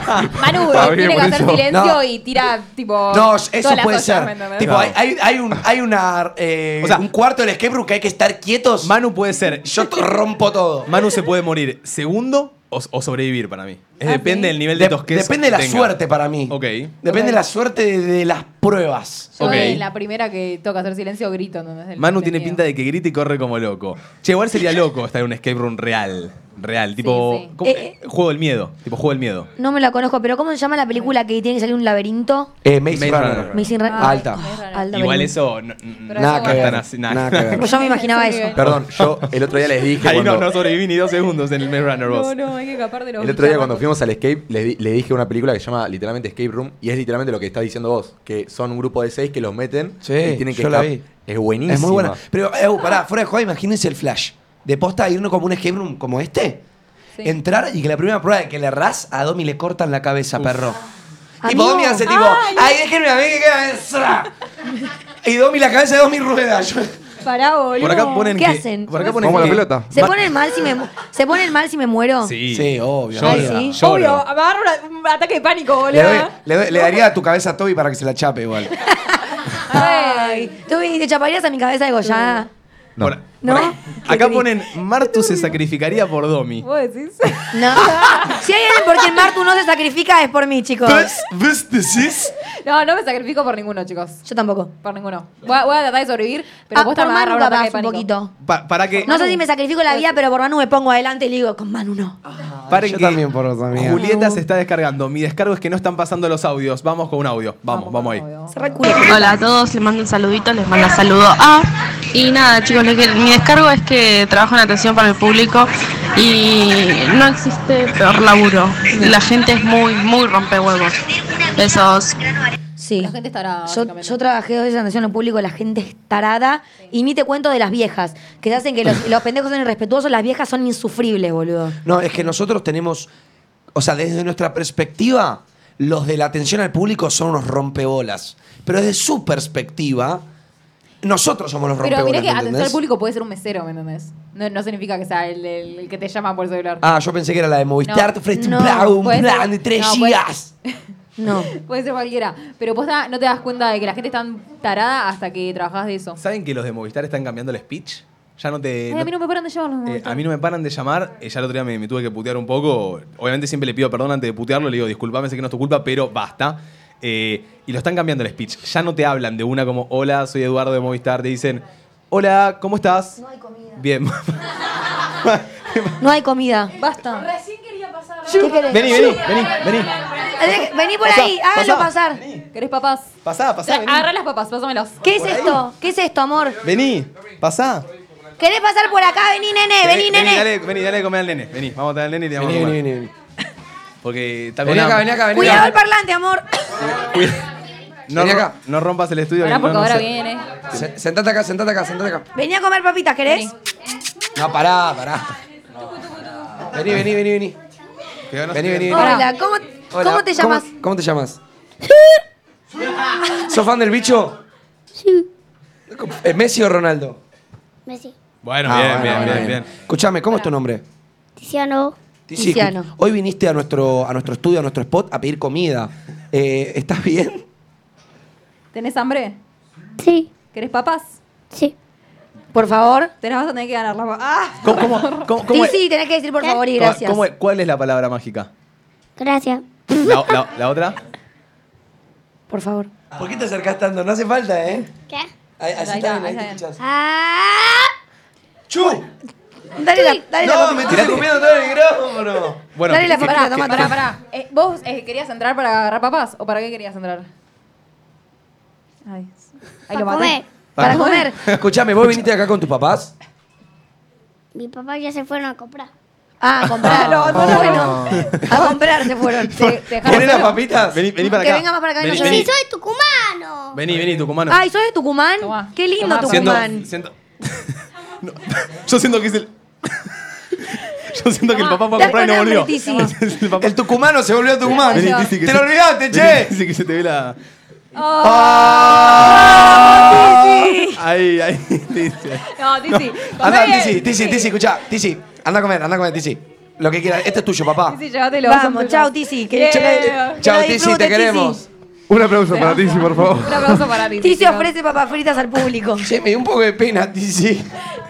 Manu Para mí, tiene que por hacer eso. silencio No. y tira, tipo. No, Oh, todas eso las puede ollas, ¿me ser. entendés? Tipo, No. hay, hay, hay un, hay una, eh, O sea- un cuarto del escape room que hay que estar quietos. Manu puede ser. Yo to- rompo todo. Manu se puede morir segundo o, o sobrevivir para mí. Es depende del nivel de, De- tosquez. depende de la que tenga. suerte para mí. Ok. Depende Ok. de la suerte de, de las pruebas. Yo Ok. de la primera que toca hacer silencio grito. No es del- Manu del tiene miedo. pinta de que grita y corre como loco. Che, igual sería loco estar en un escape room real. Real. Tipo. sí. ¿cómo- Eh, Juego del miedo. Tipo, juego del miedo. No me la conozco, pero ¿cómo se llama la película que tiene que salir un laberinto? Eh, Maze Maze Runner. Runner. Amazing Ra- Ah, Alta. es raro. Alta Igual película. eso. no- Pero Nada eso que no bueno. están ver. así, nada. Nada que ver. Pues yo me imaginaba Ese eso. nivel. Perdón, yo el otro día les dije Ahí no, cuando... no sobreviví ni dos segundos en el Maze Runner vos. No, no, hay que escapar de los El otro día bicharracos. cuando fuimos al escape, le, di- le dije una película que se llama literalmente Escape Room y es literalmente lo que estás diciendo vos, que son un grupo de seis que los meten Sí, y tienen que yo la escap- vi. Es buenísimo. Es muy buena. Pero, eh, pará, fuera de juego, imagínense el flash. De posta irnos como un escape room como este. Sí. Entrar y que la primera prueba de que le errás, a Domi le cortan la cabeza, perro. Y Amigo. Domi hace tipo, Ah. Ay, ay, déjenme a mí que cabeza. y Domi, la cabeza de Domi rueda. Yo- Pará, boludo. Por acá ponen. ¿Qué que- hacen? Por acá ponen. Vamos a la que- pelota. ¿Se ponen mal si me mu- se ponen mal si me muero? Sí. Sí, obvio. Lloro, Ay, sí. lloro. Obvio, agarro una- un ataque de pánico, le, boludo. doy- le doy- le daría tu cabeza a Toby para que se la chape igual. Ay, tú me- te chaparías a mi cabeza digo, ya. No. Por- ¿No? por acá- acá ponen, Martu se sacrificaría por Domi. ¿Vos decís? No. Si hay alguien por quien Martu no se sacrifica es por mí, chicos. ¿Ves? ¿Decís? No, no me sacrifico por ninguno, chicos. Yo tampoco. Por ninguno. Voy a, voy a tratar de sobrevivir, pero Ah, vos por también Manu agarrar un ataque de capaz un pánico. poquito. Pa- para que. No sé si me sacrifico la vida, pero por Manu me pongo adelante y le digo, con Manu no. Ah. Paren Ah, Yo que también por vos, amiga. Julieta se está descargando. Mi descargo es que no están pasando los audios. Vamos con un audio. Vamos, vamos, ahí. Se recubre. Hola a todos, les mando un saludito, les mando un saludo a. Y nada, chicos, les que- mi descargo es que trabajo en atención para el público y no existe peor laburo. La gente es muy, muy rompehuevos. Besos. Sí. La gente estará, Yo, básicamente. yo trabajé dos veces en atención al público, la gente es tarada. Y ni te cuento de las viejas, que se hacen que los, los pendejos son irrespetuosos, las viejas son insufribles, boludo. No, es que nosotros tenemos, o sea, desde nuestra perspectiva, los de la atención al público son unos rompebolas. Pero desde su perspectiva, nosotros somos los Pero rompebolas. mirá que ¿me atención entendés? al público puede ser un mesero, ¿me entendés? No, no significa que sea el, el- el que te llama por el celular. Ah, yo pensé que era la de Movistar, No, te ofrece no, un plan, un puede plan ser- de 3 no, puede- gigas. No. Puede ser cualquiera. Pero vos no te das cuenta de que la gente es tan tarada hasta que trabajás de eso. ¿Saben que los de Movistar están cambiando el speech? Ya no te. Ay, Eh, Eh, no- a mí no me paran de llevar los eh, momentos. a mí no me paran de llamar. Eh, ya el otro día me, me tuve que putear un poco. Obviamente siempre le pido perdón antes de putearlo. Le digo, disculpame, sé que no es tu culpa, pero basta. Eh, y lo están cambiando el speech. Ya no te hablan de una como, hola, soy Eduardo de Movistar. Te dicen, hola, ¿cómo estás? No hay comida. Bien. No hay comida. Basta. Recién quería pasar. ah. vení, vení, vení, vení. Eh, Vení por Pasá, ahí, háganlo pasá. pasar. ¿Querés papás? Pasá, pasá, vení. Agarra las papas, pásamelas. ¿Qué es esto? ¿Qué es esto, amor? Vení, pasá. ¿Querés pasar por acá? Vení, nene, vení, nene. Dale, vení, dale a comer al nene. Vení, vamos a traer al nene y le vamos Vení, a comer. vení, vení, vení. Porque está Vení con acá, hambre. vení acá, vení Cuidado el acá. parlante, amor. No, Vení ro- acá. no rompas el estudio. Pará, que no- porque no ahora sé. viene. Se- Sentate acá, sentate acá, sentate acá. Vení a comer papitas, ¿querés? No, pará, pará. Vení, vení, vení, vení. Que van a Vení, subir. vení, vení. Hola, ¿cómo, Hola, ¿cómo te llamas? ¿Cómo, te llamas? ¿Sos fan del bicho? Sí. ¿Es Messi o Ronaldo? Bueno, Ah, bien, bueno, bien, bueno, bien, bien. bien. Escuchame, ¿cómo es tu nombre? Tiziano. Tiziano. Hoy viniste a nuestro, a nuestro estudio, a nuestro spot, a pedir comida. Eh, ¿Estás bien? ¿Tenés hambre? Sí, ¿Querés papás? sí. Por favor. Te las vas a tener que ganar las papas. ¡Ah! ¿Cómo, cómo, cómo, cómo Sí, es- sí, tenés que decir por favor y cómo- gracias. cómo es- ¿Cuál es la palabra mágica? Gracias. ¿La, la- la otra? Por favor. ¿Por qué te acercás tanto? No hace falta, ¿eh? ¿Qué? Ahí, Ahí así está, está, bien, ahí ahí te está escuchás. Ah, ¡Chu! Dale la, dale la ¡No, papita. me estás comiendo todo el micrófono! Bueno, Dale la ¿qué- papita, qué- tomá, qué- Pará, pará. Eh, ¿Vos eh, querías entrar para agarrar papás o para qué querías entrar? Ay, ahí para lo maté. comer. Ah. Para comer. Escuchame, ¿vos viniste acá con tus papás? Mi papá ya se fueron a comprar. Ah, a comprar. No, no, no, Bueno, A comprar se fueron. Te- te dejaron ¿Querés las solo. papitas? Vení, vení para Que acá. venga más para acá y Vení, nosotros- vení, Sí, ¡Soy tucumano! vení, vení, tucumano. Ay, ¿sos de Tucumán? Tomá. Qué lindo Tomá, Siento- Tucumán. siento- No, yo siento que es el... Yo siento que el papá fue a Estás comprar con y no volvió. hambre, Tizi. Es el papá. El tucumano se volvió a Tucumán. Vení, Tizi, que ¡Te se- lo olvidaste, Vení, che! Tizi, que se te ve la... Ah, Ah. Ahí, ahí, Tizi. No, Tizi. Anda, comé. Tizi, Tizi, Tizi, escuchá. Tizi, anda a comer, anda a comer, Tizi. Lo que quieras. Este es tuyo, papá. Tizi, llévatelo. son Vamos, tuyos. chao, Tizi. Que, Che, que- chao, que Chao, la Tizi, disfrute, te queremos. Un aplauso para Tizi, por favor. Un aplauso para Tizi chicos. ofrece papas fritas al público. Che, me dio un poco de pena, Tizi.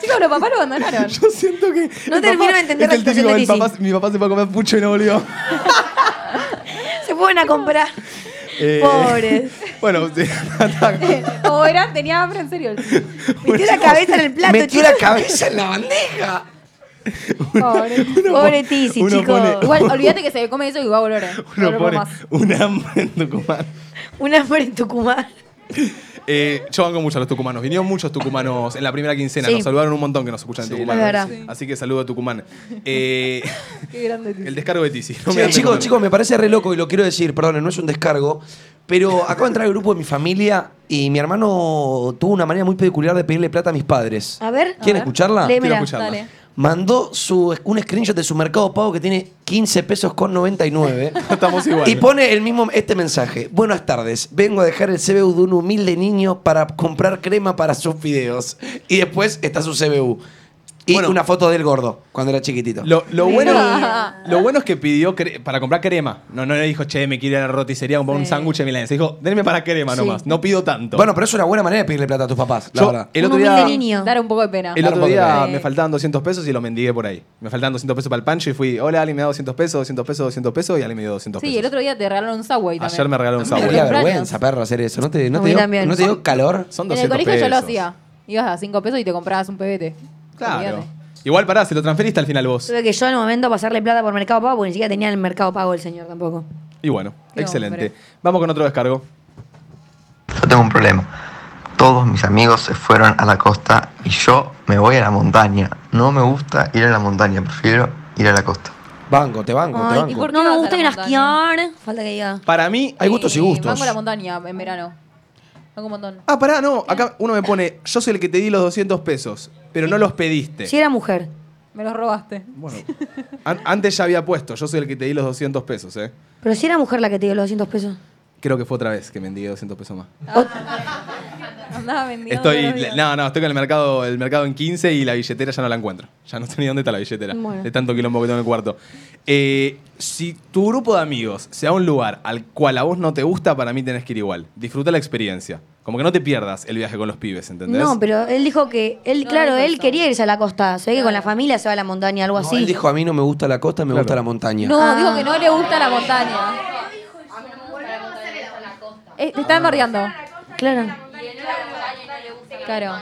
Chicos, los papás lo abandonaron. Yo siento que. No el termino papá de entender la es el típico, situación de el Tizi. papá, Mi papá se fue a comer pucho y no volvió. Se fueron a comprar. Eh, Pobres. Bueno, sí, o Oh, era, tenía hambre en serio. Metió la cabeza en el plato, Metió la chicos. cabeza en la bandeja. Pobre. Pobre Tizi, uno chicos. pone- Igual, olvídate que se come eso y va a volver. eh. No uno lo pone como más. un hambre en Tucumán. Un amor en Tucumán. Eh, yo banco mucho a los tucumanos. Vinieron muchos tucumanos en la primera quincena. Sí. Nos saludaron un montón que nos escuchan en Tucumán. la verdad. Así que saludo a Tucumán. Eh, Qué grande. el descargo de Tizi. No me Che, dan chicos, Tucumán. chicos, me parece re loco y lo quiero decir, perdón, no es un descargo, pero acabo de entrar al grupo de mi familia y mi hermano tuvo una manera muy peculiar de pedirle plata a mis padres. A ver. ¿Quieren escucharla? Léemela. Quiero escucharla. Dale. Mandó su, un screenshot de su mercado pago que tiene 15 pesos con 99. Estamos igual. Y pone el mismo este mensaje. Buenas tardes. Vengo a dejar el CBU de un humilde niño para comprar crema para sus fideos. Y después está su CBU. Y Bueno. una foto del gordo cuando era chiquitito. Lo, lo Sí. bueno, lo bueno es que pidió cre- para comprar crema. No, no le dijo, che, me quiero ir a la roticería a comprar un Sí. sándwich de milanesa. Dijo, denme para crema Sí. nomás, no pido tanto. Bueno, pero es una buena manera de pedirle plata a tus papás, la Yo- verdad. el Un otro día, humilde niño. Dar un poco de pena. el Dar un otro poco de día pena. me faltaban 200 pesos y lo mendigué por ahí. Me faltaban 200 pesos para el pancho y fui, hola, alguien me da 200 pesos, 200 pesos, 200 pesos y alguien me dio 200 Sí, pesos. el otro día te regalaron un Subway también. Ayer me regalaron Me un Subway. daría Cumpleaños. vergüenza, perro, hacer eso. ¿No te, no A te mí dio, también. ¿no te dio calor? Son En el 200 colegio yo lo pesos. hacía. Ibas a 5 pesos y te comprabas un pebete. Claro. Olvídate. Igual pará, se lo transferiste al final vos. Tuve que yo en el momento pasarle plata por Mercado Pago porque ni siquiera tenía el Mercado Pago el señor tampoco. Y bueno, Qué excelente. hombre. Vamos con otro descargo. Yo tengo un problema. Todos mis amigos se fueron a la costa y yo me voy a la montaña. No me gusta ir a la montaña, prefiero ir a la costa. Banco, te banco, te Ay, banco. y por- qué no me vas a gusta la ir a montaña? esquiar. Falta que diga. Para mí, Hay gustos y Eh, gustos. Banco la Eh. montaña en verano. Banco un montón. Ah, pará, no. Acá uno me pone, yo soy el que te di los 200 pesos, pero no los pediste. Si era mujer. Me los robaste. Bueno, an- antes ya había puesto, yo soy el que te di los 200 pesos, ¿eh? Pero si era mujer la que te dio los 200 pesos. Creo que fue otra vez que me endigué 200 pesos más. Andaba vendiendo. todos los Estoy, días. no, no, estoy con el mercado, el mercado en 15 y la billetera ya no la encuentro. Ya no sé ni dónde está la billetera. Bueno. De tanto quilombo que tengo en el cuarto. Eh, si tu grupo de amigos se da a un lugar al cual a vos no te gusta, para mí tenés que ir igual. Disfruta la experiencia. Como que no te pierdas el viaje con los pibes, ¿entendés? No, pero él dijo que. él No, Claro, no él pasó. quería irse a la costa. Se ve que con la Claro. familia se va a la montaña, algo No, así. él dijo, a mí no me gusta la costa, me gusta la montaña. No, Ah. digo que no le gusta la montaña. Eh, te está embardeando. Claro. Claro.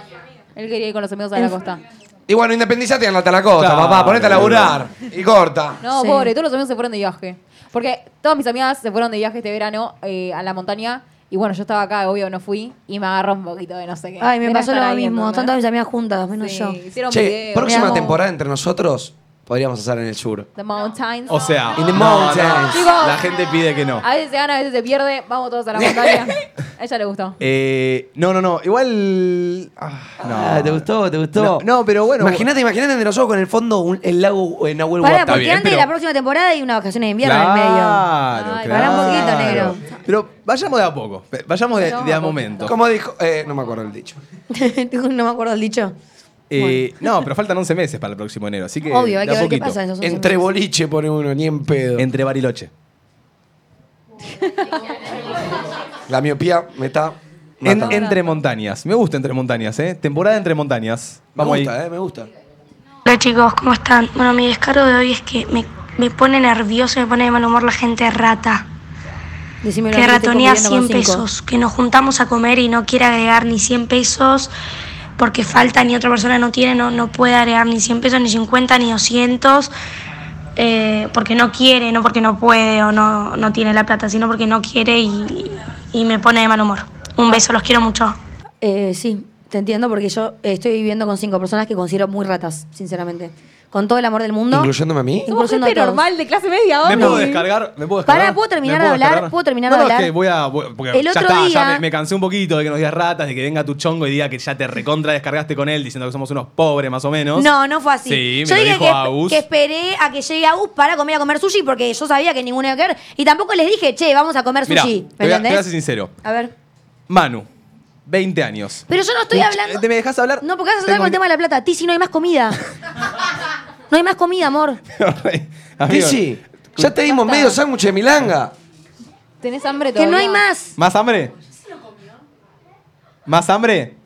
Él quería ir con los amigos a la costa. Y bueno, independizate y andate a la costa, Claro. papá. Ponete a laburar. Y corta. No, Sí. pobre, todos los amigos se fueron de viaje. Porque todas mis amigas se fueron de viaje este verano eh, a la montaña. Y bueno, yo estaba acá, obvio, no fui. Y me agarró un poquito de no sé qué. Ay, me Era pasó estar lo ahí, mismo. ¿entendés? Están todas mis amigas juntas, menos Sí, yo. Hicieron Che, videos. próxima Veamos. temporada entre nosotros podríamos hacer en el sur. The Mountains. O sea, In the no, mountains. no, la gente pide que no. A veces se gana, a veces se pierde. Vamos todos a la montaña. a ella le gustó. Eh, no, no, no. Igual. ah, no. Ah, ¿Te gustó? ¿Te gustó? No, no, pero bueno. Imagínate, imagínate entre nosotros con el fondo un- el lago en Nahuel Pará, Huapi. porque bien, antes de pero- la próxima temporada hay una vacación de invierno claro, en el medio. Ay, claro. pará un poquito, negro. Pero vayamos de a poco. Vayamos de, Vayamos de a poco. a momento. Como dijo, eh, no me acuerdo el dicho. no me acuerdo el dicho. Eh, No, pero faltan 11 meses para el próximo enero, así que. Obvio, hay de que a ver qué poquito. pasa en esos 11 Entre meses. boliche pone uno, ni en pedo. Entre Bariloche. La miopía me está En- matando. entre montañas. Me gusta entre montañas, ¿eh? Temporada entre montañas. Vamos me ahí. gusta, eh, me gusta. Hola chicos, ¿cómo están? Bueno, mi descargo de hoy es que me, me pone nervioso, me pone de mal humor la gente rata. Decímelo Que a mí, estoy ratonea conviviendo 100 con cinco. pesos, que nos juntamos a comer y no quiere agregar ni 100 pesos porque falta ni otra persona no tiene, no, no puede agregar ni 100 pesos, ni 50, ni 200, eh, porque no quiere, no porque no puede o no, no tiene la plata, sino porque no quiere y, y me pone de mal humor. Un beso, los quiero mucho. Eh, sí, te entiendo porque yo eh, estoy viviendo con cinco personas que considero muy ratas, sinceramente. Con todo el amor del mundo. ¿Incluyéndome a mí? Somos incluyendo gente a todos. normal de clase media, ¿Me Oli. puedo descargar? ¿Me puedo Pará, descargar? ¿puedo terminar ¿Me de hablar? descargar? ¿Puedo terminar No, de no, es hablar? que voy a. voy- porque El ya otro está, ya día- me, me cansé un poquito de que nos digas ratas, de que venga tu chongo y diga que ya te recontra descargaste con él diciendo que somos unos pobres más o menos. No, no fue así. Sí, me yo lo dije dijo que, Agus. que esperé a que llegue Agus para comer a comer sushi porque yo sabía que ninguno iba a querer. Y tampoco les dije, che, vamos a comer Mirá, sushi. te ¿Me voy a- te voy a ser entendés? sincero. A ver. Manu, 20 años. Pero yo no estoy Much- hablando. Eh, ¿Te me dejas hablar? No, porque vas a hablar Tengo con el tema de la plata. Tizi, no hay más comida. No hay más comida, amor. Amigo, Tizi, ya te dimos medio sándwich de milanga. ¿Tenés hambre Que todavía? no hay más. ¿Más hambre? ¿Más hambre?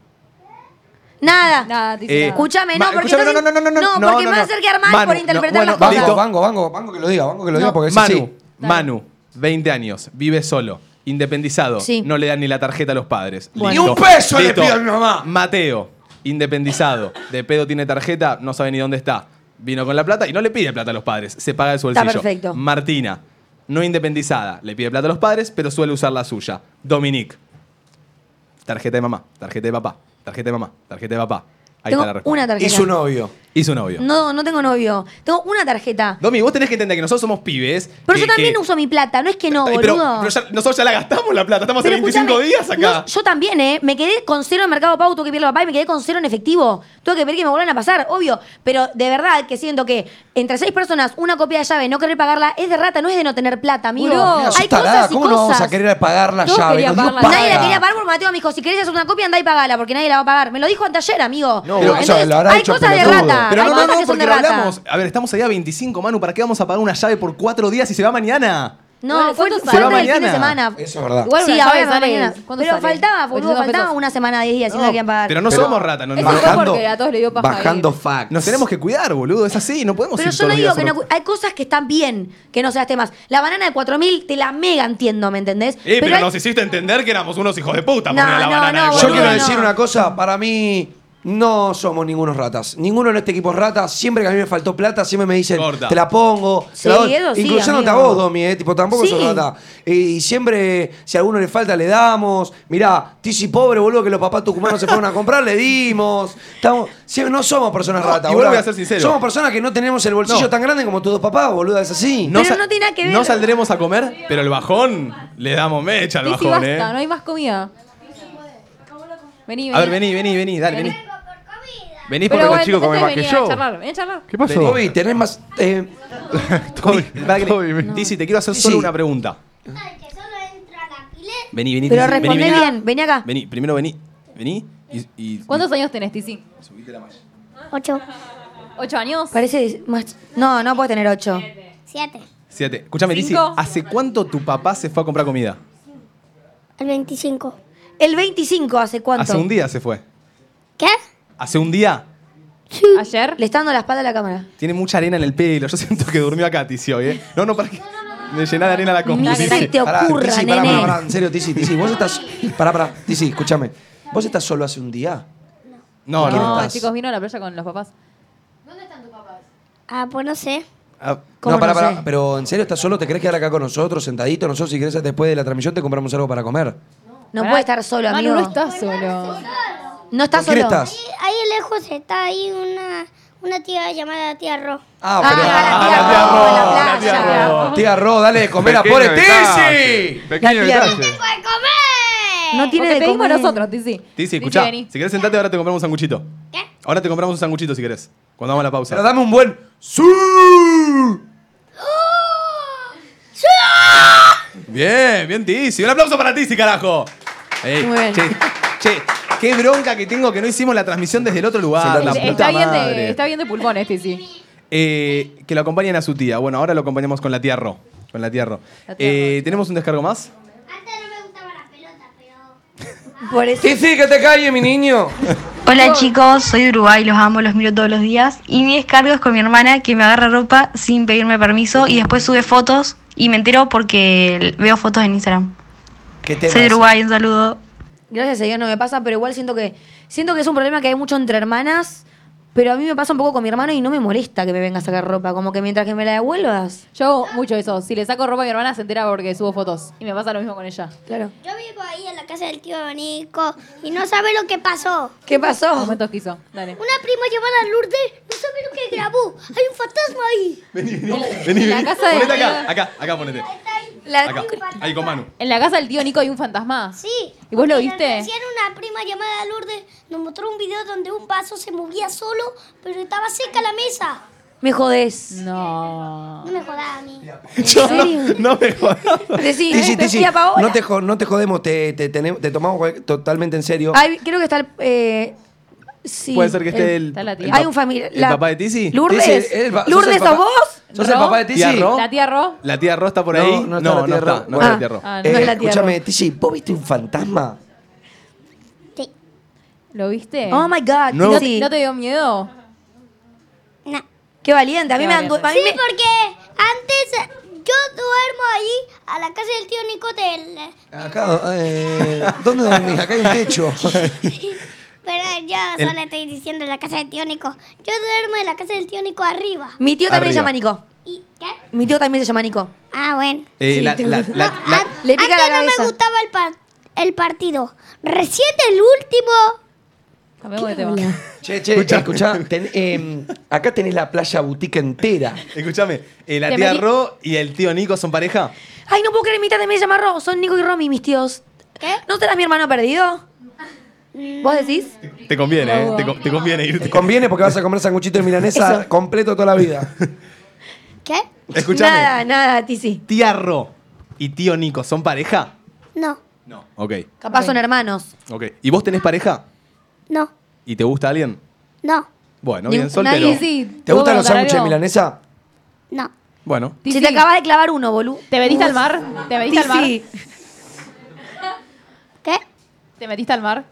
Nada. Nada, dice Eh, nada. Escúchame, no, va, porque escúchame, estás- no, no, no, no, no, porque no, me no. vas a hacer quedar mal Mano, por no, interpretar bueno, las va- cosas. Listo. Banco, banco, banco, banco que lo diga, banco que lo diga, porque eso Manu, sí. Manu, 20 años, vive solo, independizado, Sí. no le dan ni la tarjeta a los padres. Bueno. Listo. Ni un peso le Listo. pido a mi mamá. Mateo, independizado, de pedo tiene tarjeta, no sabe ni dónde está. Vino con la plata y no le pide plata a los padres, se paga de su Está bolsillo. perfecto. Martina, no independizada, le pide plata a los padres, pero suele usar la suya. Dominique, tarjeta de mamá, tarjeta de papá, tarjeta de mamá, tarjeta de papá. Ahí Tengo está la respuesta. una Mm. tarjeta. Y su novio. Y su novio. No, no tengo novio. Tengo una tarjeta. Domi, vos tenés que entender que nosotros somos pibes. Pero que- yo también que- uso mi plata, no es que no, Ay, boludo. pero, pero ya- nosotros ya la gastamos la plata, estamos Pero hace 25 escúchame, días acá. no, yo también, ¿eh? Me quedé con cero en Mercado Pago, tuve que pedirle a papá y me quedé con cero en efectivo. Tuve que pedir que me vuelvan a pasar, obvio. Pero de verdad que siento que entre seis personas, una copia de llave, no querer pagarla, es de rata, no es de no tener plata, amigo. Boludo. Mira, sos Hay tarada, cosas y ¿Cómo cosas. no vamos a querer pagar la Todos llave? querían No, Dios, pagar la paga. llave. Nadie la quería pagar porque Mateo me dijo, si querés hacer una copia, andá y pagala, porque nadie la va a pagar. Me lo dijo anteayer, amigo. No, pero Entonces, eso lo habrá hay hecho cosas de pelotudo. rata. Pero hay no, no, cosas que no, son porque de lo rata. hablamos. A ver, estamos allá a 25, Manu, ¿para qué vamos a pagar una llave por cuatro días y se va mañana? No, Bueno, fue ¿cuánto fue sale? antes del fin de Mañana. semana. Eso es verdad. Igual sí, una ahora llave me sale- mañana. ¿cuánto Pero sale? faltaba, boludo, 25 faltaba pesos. una semana, 10 días, y no la querían pagar. Pero no Pero- somos ratas, no, Eso no- fue bajando- porque a todos le dio paja Bajando ir. facts. nos tenemos que cuidar, boludo, es así, no podemos Pero ir yo todos no los digo días que a no. solo- cu- Hay cosas que están bien que no seas temas. La banana de 4000 te la mega entiendo, ¿me entendés? Eh, pero, hay- nos hiciste entender que éramos unos hijos de puta No, por la no, no, banana. de Yo cuatro. quiero Boludo, decir no. una cosa, para mí no somos ningunos ratas. Ninguno en este equipo es rata. Siempre que a mí me faltó plata, siempre me dicen, Corta. te la pongo. Sí, te la doy". eso sí, Incluyéndote amigo. a vos, Domi, eh, tipo, tampoco Sí. sos rata. Eh, Y siempre, si a alguno le falta, le damos. Mirá, Tizi pobre, boludo, que los papás tucumanos se fueron a comprar, le dimos. Estamos, siempre- no somos personas No, ratas, y vuelvo boludo. a ser sincero. Somos personas que no tenemos el bolsillo No. tan grande como tus dos papás, boludo, es así. Pero no tiene nada que ver. No saldremos a comer, pero el bajón le damos mecha al Sí, sí, bajón, basta, eh. no hay más comida. Vení, vení. A ver, vení, vení, vení, dale, vení. Venís Pero porque bueno, los chicos comen más entonces que vení a yo. charlar, vení a charlar. ¿Qué pasó? Domi, tenés más. eh, Toby, Para que le- Toby, me- Tizi, te quiero hacer Sí, solo sí. una pregunta. Vení, vení, Pero Tizi, vení, respondé vení. bien, vení acá. Vení, primero vení. Vení y. y ¿Cuántos años tenés, Tizi? Ocho. ¿Ocho años? Parece más. No, no puedes tener 8. Siete. Siete. Escúchame, Tizi, Cinco. ¿hace cuánto tu papá se fue a comprar comida? El 25. El 25, ¿hace cuánto? Hace un día se fue. ¿Qué? Hace un día. ¿Ayer? Le está dando la espalda a la cámara. Tiene mucha arena en el pelo. Yo siento que durmió acá, Tizi, hoy, ¿eh? No, no, para que. Me llená de arena la compu. Ni Tizi. se te Pará, ocurra, Tizi, pará, nene. pará, pará, en serio, Tizi, Tizi, vos estás. Pará, pará, Tizi, escúchame. ¿Vos estás solo hace un día? No, no. No, estás. chicos, vino a la playa con los papás. Ah, pues no sé. Ah, ¿Cómo no, pará, no pará, sé? pero en serio, ¿estás solo? ¿Te crees quedar acá con nosotros, sentadito? Nosotros, si querés, después de la transmisión te compramos algo para comer. No Pará. puede estar solo, Ah. Manu, amigo. no estás solo. No estás ¿Con quién solo. estás? Ahí lejos está ahí una, una tía llamada Tía Ro. Ah, Ah, pero. la tía Ro, en la playa. Tía Ro, dale de comer a Pequeño pobre detalle, Tizi. Pequeño La tía- detalle. ¡Voy a comer! No tiene Porque de te dimos comer. nosotros, Tizi. Tizi, escuchá. vení. Si querés sentarte, ahora te compramos un sanguchito. ¿Qué? Ahora te compramos un sanguchito si querés. Cuando hagamos la Pero pausa. dame un buen. ¡Sí! Bien, bien, Tizi. Un aplauso para Tizi, carajo. Ey, Muy bien. Che, che, qué bronca que tengo que no hicimos la transmisión desde el otro lugar. Se la- la Está, puta bien madre. de, está bien de pulmones, Tizi. Eh, que lo acompañen a su tía. Bueno, ahora lo acompañamos con la tía Ro. Con la tía Ro. La tía Eh, ¿Tenemos un descargo más? Antes no me gustaban las pelotas, pero... Por eso. Tizi, que te calle, mi niño. Hola chicos, soy de Uruguay, los amo, los miro todos los días. Y mi descargo es con mi hermana que me agarra ropa sin pedirme permiso y después sube fotos y me entero porque veo fotos en Instagram. ¿Qué Soy de temas? Uruguay, un saludo. Gracias a Dios no me pasa, pero igual siento que siento que es un problema que hay mucho entre hermanas, pero a mí me pasa un poco con mi hermano y no me molesta que me venga a sacar ropa, como que mientras que me la devuelvas. Yo hago mucho eso. Si le saco ropa a mi hermana, se entera porque subo fotos. Y me pasa lo mismo con ella. Claro. Yo vivo ahí en la casa del tío Nico y no sabe lo que pasó. ¿Qué pasó? Momentos que hizo. Dale. Una prima llamada Lourdes no sabe lo que grabó. Hay un fantasma ahí. Vení, la vení. casa de Ponete Diego. acá, acá, acá ponete. La- Acá. Ahí con Manu. En la casa del tío Nico hay un fantasma. Sí. ¿Y vos lo porque viste? Recién una prima llamada Lourdes nos mostró un video donde un vaso se movía solo, pero estaba seca la mesa. Me jodés. No. No me jodas a mí. Yo no, no me jodas. Decí, Tizi, Tizi, tía Paola. no te, jo- no te jodemos, te, te, tenem- te tomamos cual- totalmente en serio. Ay, creo que está el eh, sí, Puede ser que esté el. Está la tía. el Hay pap- un familiar. ¿El papá de Tizi? Lourdes. Tizi, el pa- sos el Lourdes, papá- ¿sos vos? ¿Sos el ¿Ro? papá de Tizi? ¿Tía Ro? ¿La tía Ro? ¿La tía Ro está por No, ahí? no está la tía Ro. No, está Ah. la tía Ro. Ah, Eh, no. es la tía escúchame, Tizi, ¿vos viste un fantasma? Sí. ¿Lo viste? Oh my God, ¿No, Nuevo- te- ¿no te dio miedo? No. Qué valiente. A mí Qué me han valiente. a mí Sí, me- porque antes eh, yo duermo ahí a la casa del tío Nicote, el- Acá, eh, ¿dónde dormís? Acá hay un techo. pero yo El- solo estoy diciendo la casa del tío Nico. Yo duermo en la casa del tío Nico arriba. Mi tío también se llama Arriba. Nico. Mi tío también se llama Nico. Ah, bueno. Eh, la- la- la- la- Ah, Le pica Antes la no me cabeza. gustaba el, par- el partido. Recién el último. Cambiamos de ¿Qué tema. Che, che, escuchá, ten- em, acá tenés la playa boutique entera. Escúchame, eh, la Te tía metí- Ro y el tío Nico son pareja. Ay, no puedo creer, mi tía también se llama Ro. Son Nico y Romy, mis tíos. ¿Qué? Mm. ¿No serás mi hermano perdido? ¿Vos decís? Te conviene, eh, te, co- te conviene irte. Te conviene porque vas a comer sanguchito de milanesa Eso. completo toda la vida. ¿Qué? Escúchame, Nada, nada, a ti sí. tía Ro y tío Nico son pareja. No, Ok, Capaz son hermanos. ok. ¿Y vos tenés pareja? no, ¿Y te gusta alguien? no, Bueno, Ni- bien, soltero. nadie sí. ¿Te ¿Puedo gustan los preguntar sándwiches de algo? milanesa? no. Bueno, Si te acabas de clavar uno, boludo. ¿Te metiste al mar? ¿Te metiste al mar? Sí. ¿Qué? ¿Te metiste al mar?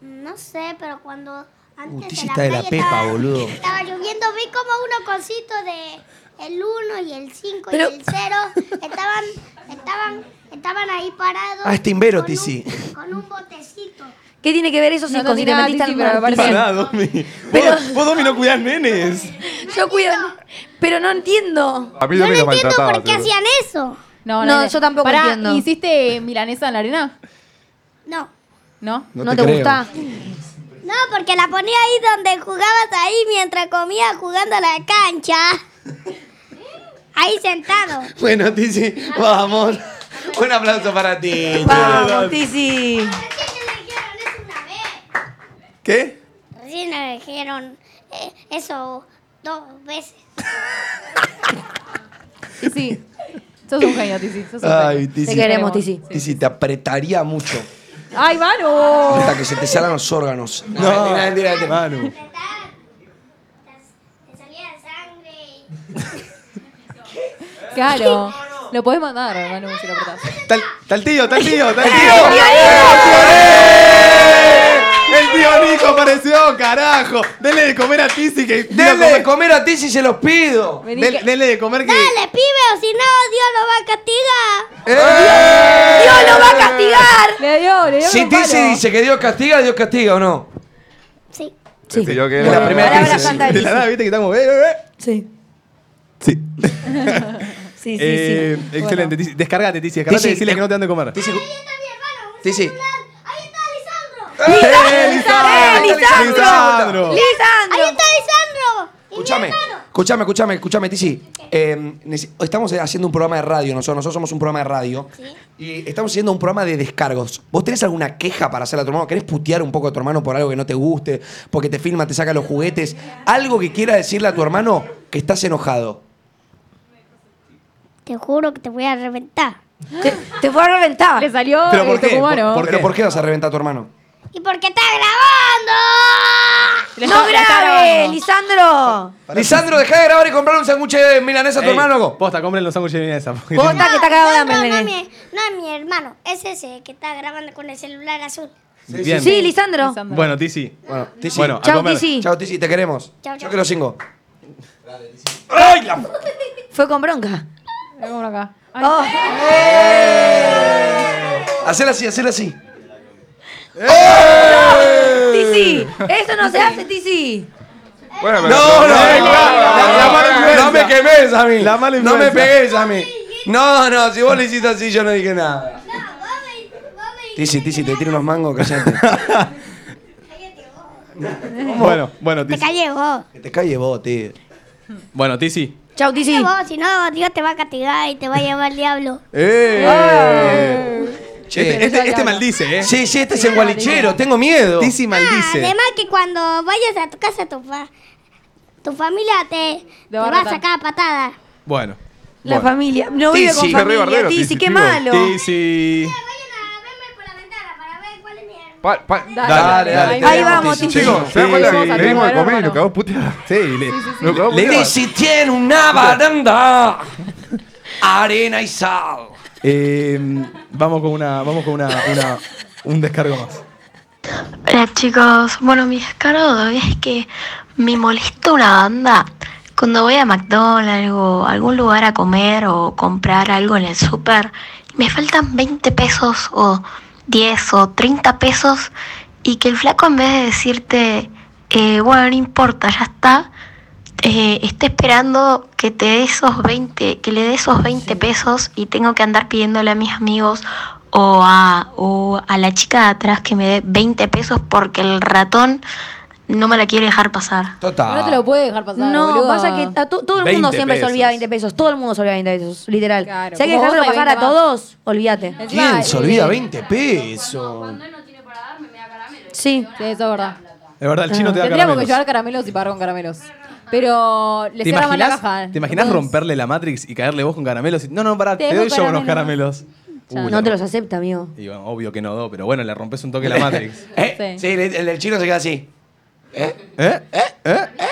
No sé, pero cuando antes Utilli en está de la playa pepa, estaba, boludo. estaba lloviendo, vi como unos cositos de el 1 y el 5 Pero- y el 0 estaban estaban estaban ahí parados. Ah, es timbero, con un- Tizi. Con un botecito. ¿¿Qué tiene que ver eso si, No, no con- si tiene te nada, metiste sí, sí, al mar? pero me parece- pará, Domi. Pero- Vos, vos, Domi, no cuidás nenes. Yo cuido. Pero no entiendo. A mí Yo no también lo entiendo maltrataba. por qué seguro. hacían eso. No, No, idea. yo tampoco Pará, entiendo. ¿Hiciste milanesa en la arena? No. ¿No? No, te, gusta. No, porque la ponía ahí donde jugabas ahí mientras comía jugando a la cancha. Ahí sentado. Bueno, Tizi, vamos. Un aplauso para ti. Vamos, Tizi. Recién le dijeron eso una vez. ¿Qué? Recién le dijeron eh, eso dos veces. Sí. Sos un genio, Tizi. Sos un Ay, genio. Tizi. Te queremos, queremos. Tizi. Tizi, te apretaría mucho ¡Ay, Manu! hasta que se te salgan los órganos. No, mentira, mentira, mentira. Manu. Te salía sangre. Claro. Lo podés mandar, Manu, si lo apretás. Tal, tal tío, tal tío, tal tío. ¡El tío Nico apareció, carajo! Denle de comer a Tizi que. Denle de comer a Tizi, se los pido. Vení Del- que- denle de comer que. Dale, pibe, o si no, Dios lo va a castigar. ¡Dios lo va a castigar! Le dio, le dio Eh. Si con palo. Tizi dice que Dios castiga, Dios castiga o no. Sí. Sí. Sí, yo que- Es la primera Palabra que dice, santa de De la nada, viste que está como. eh, eh, eh. Sí. Sí. Sí, sí, Eh, sí. Excelente, Tizi. Descargate, Tizi. Descargate Tizi, y decirle te- eh, que no te dan de comer. Tizi, Ahí está mi hermano, un Tizi. celular. Ahí está Lisandro. ¡Eh, ¡Eh, Lisandro! Lisandro! Ahí ¡Lisandro! está Lisandro. Y mi Escúchame, hermano. escúchame, escúchame, escúchame, Tizi. Eh, nece- estamos haciendo un programa de radio, nosotros, nosotros somos un programa de radio. Y estamos haciendo un programa de descargos. ¿Vos tenés alguna queja para hacerle a tu hermano? ¿Querés putear un poco a tu hermano por algo que no te guste? Porque te filma, te saca los juguetes. ¿Algo que quiera decirle a tu hermano que estás enojado? Te juro que te voy a reventar. Te, te fue a reventar. Le salió ¿Pero por el qué? tucumano. ¿Por- ¿Pero por qué vas a reventar a tu hermano? ¿Y por qué está grabando? Le ¡No está- le está grave, grabando. Lisandro! Lisandro, dejá de grabar y comprar un sándwich de milanesa a tu Ey, hermano. loco. Posta, compren los sándwiches de milanesa. porque- Posta que está cagado de hambre, no, no, nene. mi, no, mi hermano. Es ese que está grabando con el celular azul. Bien. Sí, Lisandro. Lisandro. Bueno, Tizi. Bueno, Tizi. Bueno, a Chau, comer. Tizi. Chao, Tizi, te queremos. Chau, chau. Yo que los cinco. ¡Ay, la Fue con bronca. Ven por acá. Ay, Oh, Hacela así, hacela así. Tizi, eso no se hace, Tizi. Bueno, No, pero- no, no, la mala no, no, no me influencia. quemes a mí. La mala no me influencia. pegues a mí. No, no, si vos le hiciste así, yo no dije nada. No, vos me, vos me Tizi, Tizi, te tiro unos mangos, callate. Bueno, bueno, Te Tizi. callé vos. que te calle vos, tío. Bueno, Tizi. Chau, Te Tizi. vos, si no, Dios te va a castigar y te va a llevar el diablo. Ah. ¡Eh! Este, Che. este- este maldice, ¿eh? Sí, sí, este es el gualichero, tengo miedo. Tizi maldice. Además que cuando vayas a tu casa, tu, fa- tu familia te, te va a va a retar. sacar a patada. Bueno. La bueno. familia. No vive con Tizi. Re familia, barbero, Tizi. Tizi, Qué tío. malo. Tizi. Vayan a verme por la ventana para ver cuál es mi hermano. Pa- pa- Dale, dale, Ahí te queremos, vamos, Tizi. ¿Se dan cuenta? Sí, sí. Le dimos de Hermano, comer y nos hermano. cagó puteada. Sí, le, Nos cagó Le- puteada. Tizi tiene una baranda. Arena y sal. Eh, vamos con una. Vamos con una. una- un descargo más. Hola chicos, bueno mi descargo de hoy es que me molesta una banda cuando voy a McDonald's o a algún lugar a comer o comprar algo en el súper y me faltan 20 pesos o 10 o 30 pesos y que el flaco en vez de decirte, eh, bueno, no importa, ya está, eh, está esperando que te dé esos 20, que le dé esos 20 pesos y tengo que andar pidiéndole a mis amigos o a, o a la chica de atrás que me dé 20 pesos porque el ratón no me la quiere dejar pasar. Total. No te lo puede dejar pasar. No, boludo. pasa que a to- todo el mundo 20 siempre pesos. se olvida 20 pesos. Todo el mundo se olvida 20 pesos, literal. Claro, si hay que como vos dejárselo hay pasar a 20 más. todos, olvídate. ¿Quién se olvida 20 pesos? Sí. Sí, eso es verdad. Es verdad, el chino te da Tendríamos que caramelos. llevar caramelos y pagar con caramelos. Pero le ¿Te cierra mal la imaginás, caja. ¿Te imaginás Entonces, romperle la Matrix y caerle vos con caramelos? Y- no, no, pará, Te te, dejo doy yo unos caramelos. caramelos. no Uy, la- te los acepta, amigo. y bueno, obvio que no do, pero bueno, le rompes un toque la Matrix. ¿Eh? Sí, el, el del chino se queda así. ¿Eh? ¿Eh? ¿Eh?